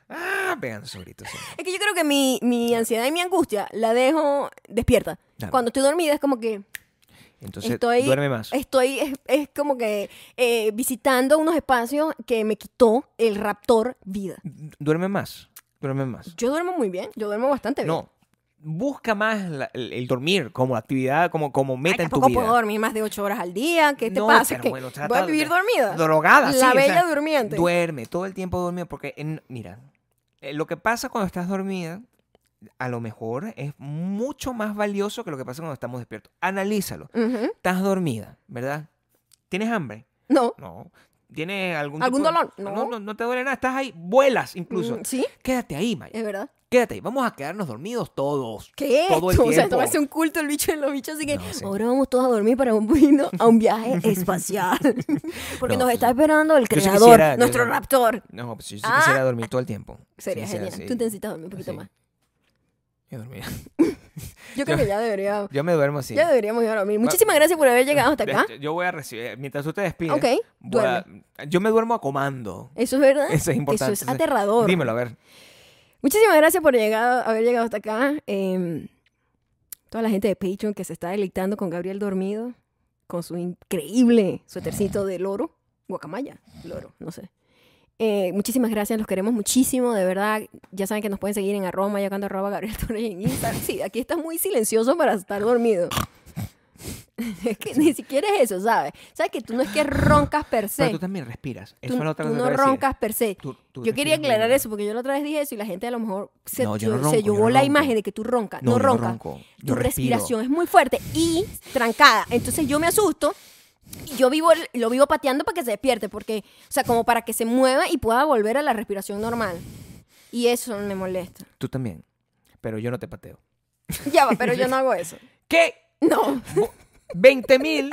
B: ¡Ah! Pegando su grito. sí.
A: Es que yo creo que mi, mi ansiedad y mi angustia la dejo despierta.
B: Claro.
A: Cuando estoy dormida es como que
B: Entonces,
A: Estoy-
B: duerme más.
A: estoy, es, es como que eh, visitando unos espacios que me quitó el raptor vida.
B: Duerme más. Duerme más.
A: Yo duermo muy bien, yo duermo bastante bien.
B: No. Busca más la- el, el dormir como actividad, como, como
A: Ay,
B: meta en tu
A: tampoco
B: vida.
A: puedo dormir más de ocho horas al día. ¿Qué te
B: No,
A: pasa?
B: pero
A: ¿Que
B: bueno, trata
A: voy a
B: de-
A: vivir dormida.
B: Drogada, sí,
A: La
B: o sea,
A: bella durmiente.
B: Duerme, todo el tiempo duerme, porque, en- mira, eh, lo que pasa cuando estás dormida, a lo mejor es mucho más valioso que lo que pasa cuando estamos despiertos. Analízalo.
A: Ujú.
B: Estás dormida, ¿verdad? ¿Tienes hambre?
A: No.
B: No. ¿Tienes algún
A: ¿Algún
B: tipo de-
A: dolor? No.
B: No. no. no te duele nada, estás ahí, vuelas incluso.
A: Mm, Eh. Sí,
B: Quédate ahí, Maya.
A: es verdad.
B: Quédate ahí. Vamos a quedarnos dormidos todos.
A: ¿Qué?
B: Todo el
A: esto? O sea, esto
B: tiempo.
A: parece un culto el bicho de los bichos, así que
B: No, sí.
A: ahora vamos todos a dormir para un poquito a un viaje espacial. Porque
B: No,
A: nos
B: sí.
A: está esperando el
B: Yo sí
A: creador,
B: quisiera- yo-
A: nuestro raptor.
B: No, pues yo sí
A: Ah.
B: quisiera dormir todo el tiempo.
A: Sería
B: Sí,
A: genial.
B: sí,
A: Tú necesitas dormir un poquito
B: sí.
A: más.
B: Yo, dormía.
A: Yo creo que ya debería,
B: Yo me duermo así.
A: ya deberíamos ir a dormir. Muchísimas gracias por haber llegado hasta acá.
B: Yo- Yo voy a recibir. Mientras tú te despides.
A: Ok,
B: voy a- yo me duermo a comando.
A: Eso es verdad.
B: Eso es importante.
A: Eso es aterrador.
B: Dímelo, a ver.
A: Muchísimas gracias por llegar- haber llegado hasta acá. Eh, toda la gente de Patreon que se está deleitando con Gabriel Dormido, con su increíble suétercito de loro, guacamaya, loro, no sé. Eh, muchísimas gracias, los queremos muchísimo, de verdad. Ya saben que nos pueden seguir en arroba mayocando arroba Gabriel Torres en Instagram. Sí, aquí está muy silencioso para estar dormido. es que ni siquiera es eso, ¿sabes? ¿Sabes que tú no es que roncas per
B: Pero
A: se?
B: tú también respiras. Eso
A: Tú,
B: es lo otro
A: tú
B: que te
A: no
B: voy a decir.
A: roncas per se.
B: Tú- tú
A: Yo quería
B: respiras muy
A: aclarar
B: bien.
A: eso porque yo la otra vez dije eso y la gente a lo mejor se,
B: No, yo no
A: se
B: ronco, yo
A: llevó
B: no
A: la
B: ronco.
A: imagen de que tú roncas, no,
B: yo
A: roncas.
B: ronco.
A: tu
B: Yo respiro.
A: respiración es muy fuerte y trancada. Entonces yo me asusto y yo vivo el- lo vivo pateando para que se despierte porque o sea, como para que se mueva y pueda volver a la respiración normal. Y eso me molesta.
B: Tú también. Pero yo no te pateo.
A: Ya va, pero yo no hago eso.
B: ¿Qué?
A: No.
B: 20 mil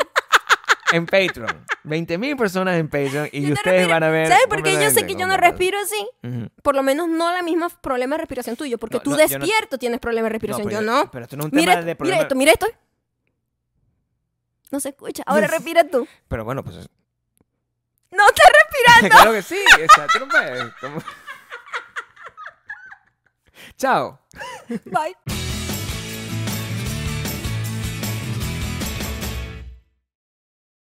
B: en Patreon. 20 mil personas en Patreon. Y
A: Yo no
B: ustedes
A: respiro.
B: van a ver.
A: ¿Sabes por qué yo sé
B: completamente
A: que yo
B: cómo
A: no
B: pasa.
A: respiro así?
B: Ujú.
A: Por lo menos no la misma problema de respiración tuyo, porque
B: No,
A: tú
B: no, yo no-
A: despierto tienes problema de respiración,
B: pero
A: yo no.
B: Pero esto no es un tema
A: Mira,
B: de
A: esto, mira
B: problema-
A: esto, mira esto. No se escucha. Ahora respira tú.
B: Pero bueno, pues.
A: No te respiras.
B: claro que sí. o sea, tú no puedes, como- Chao.
A: Bye.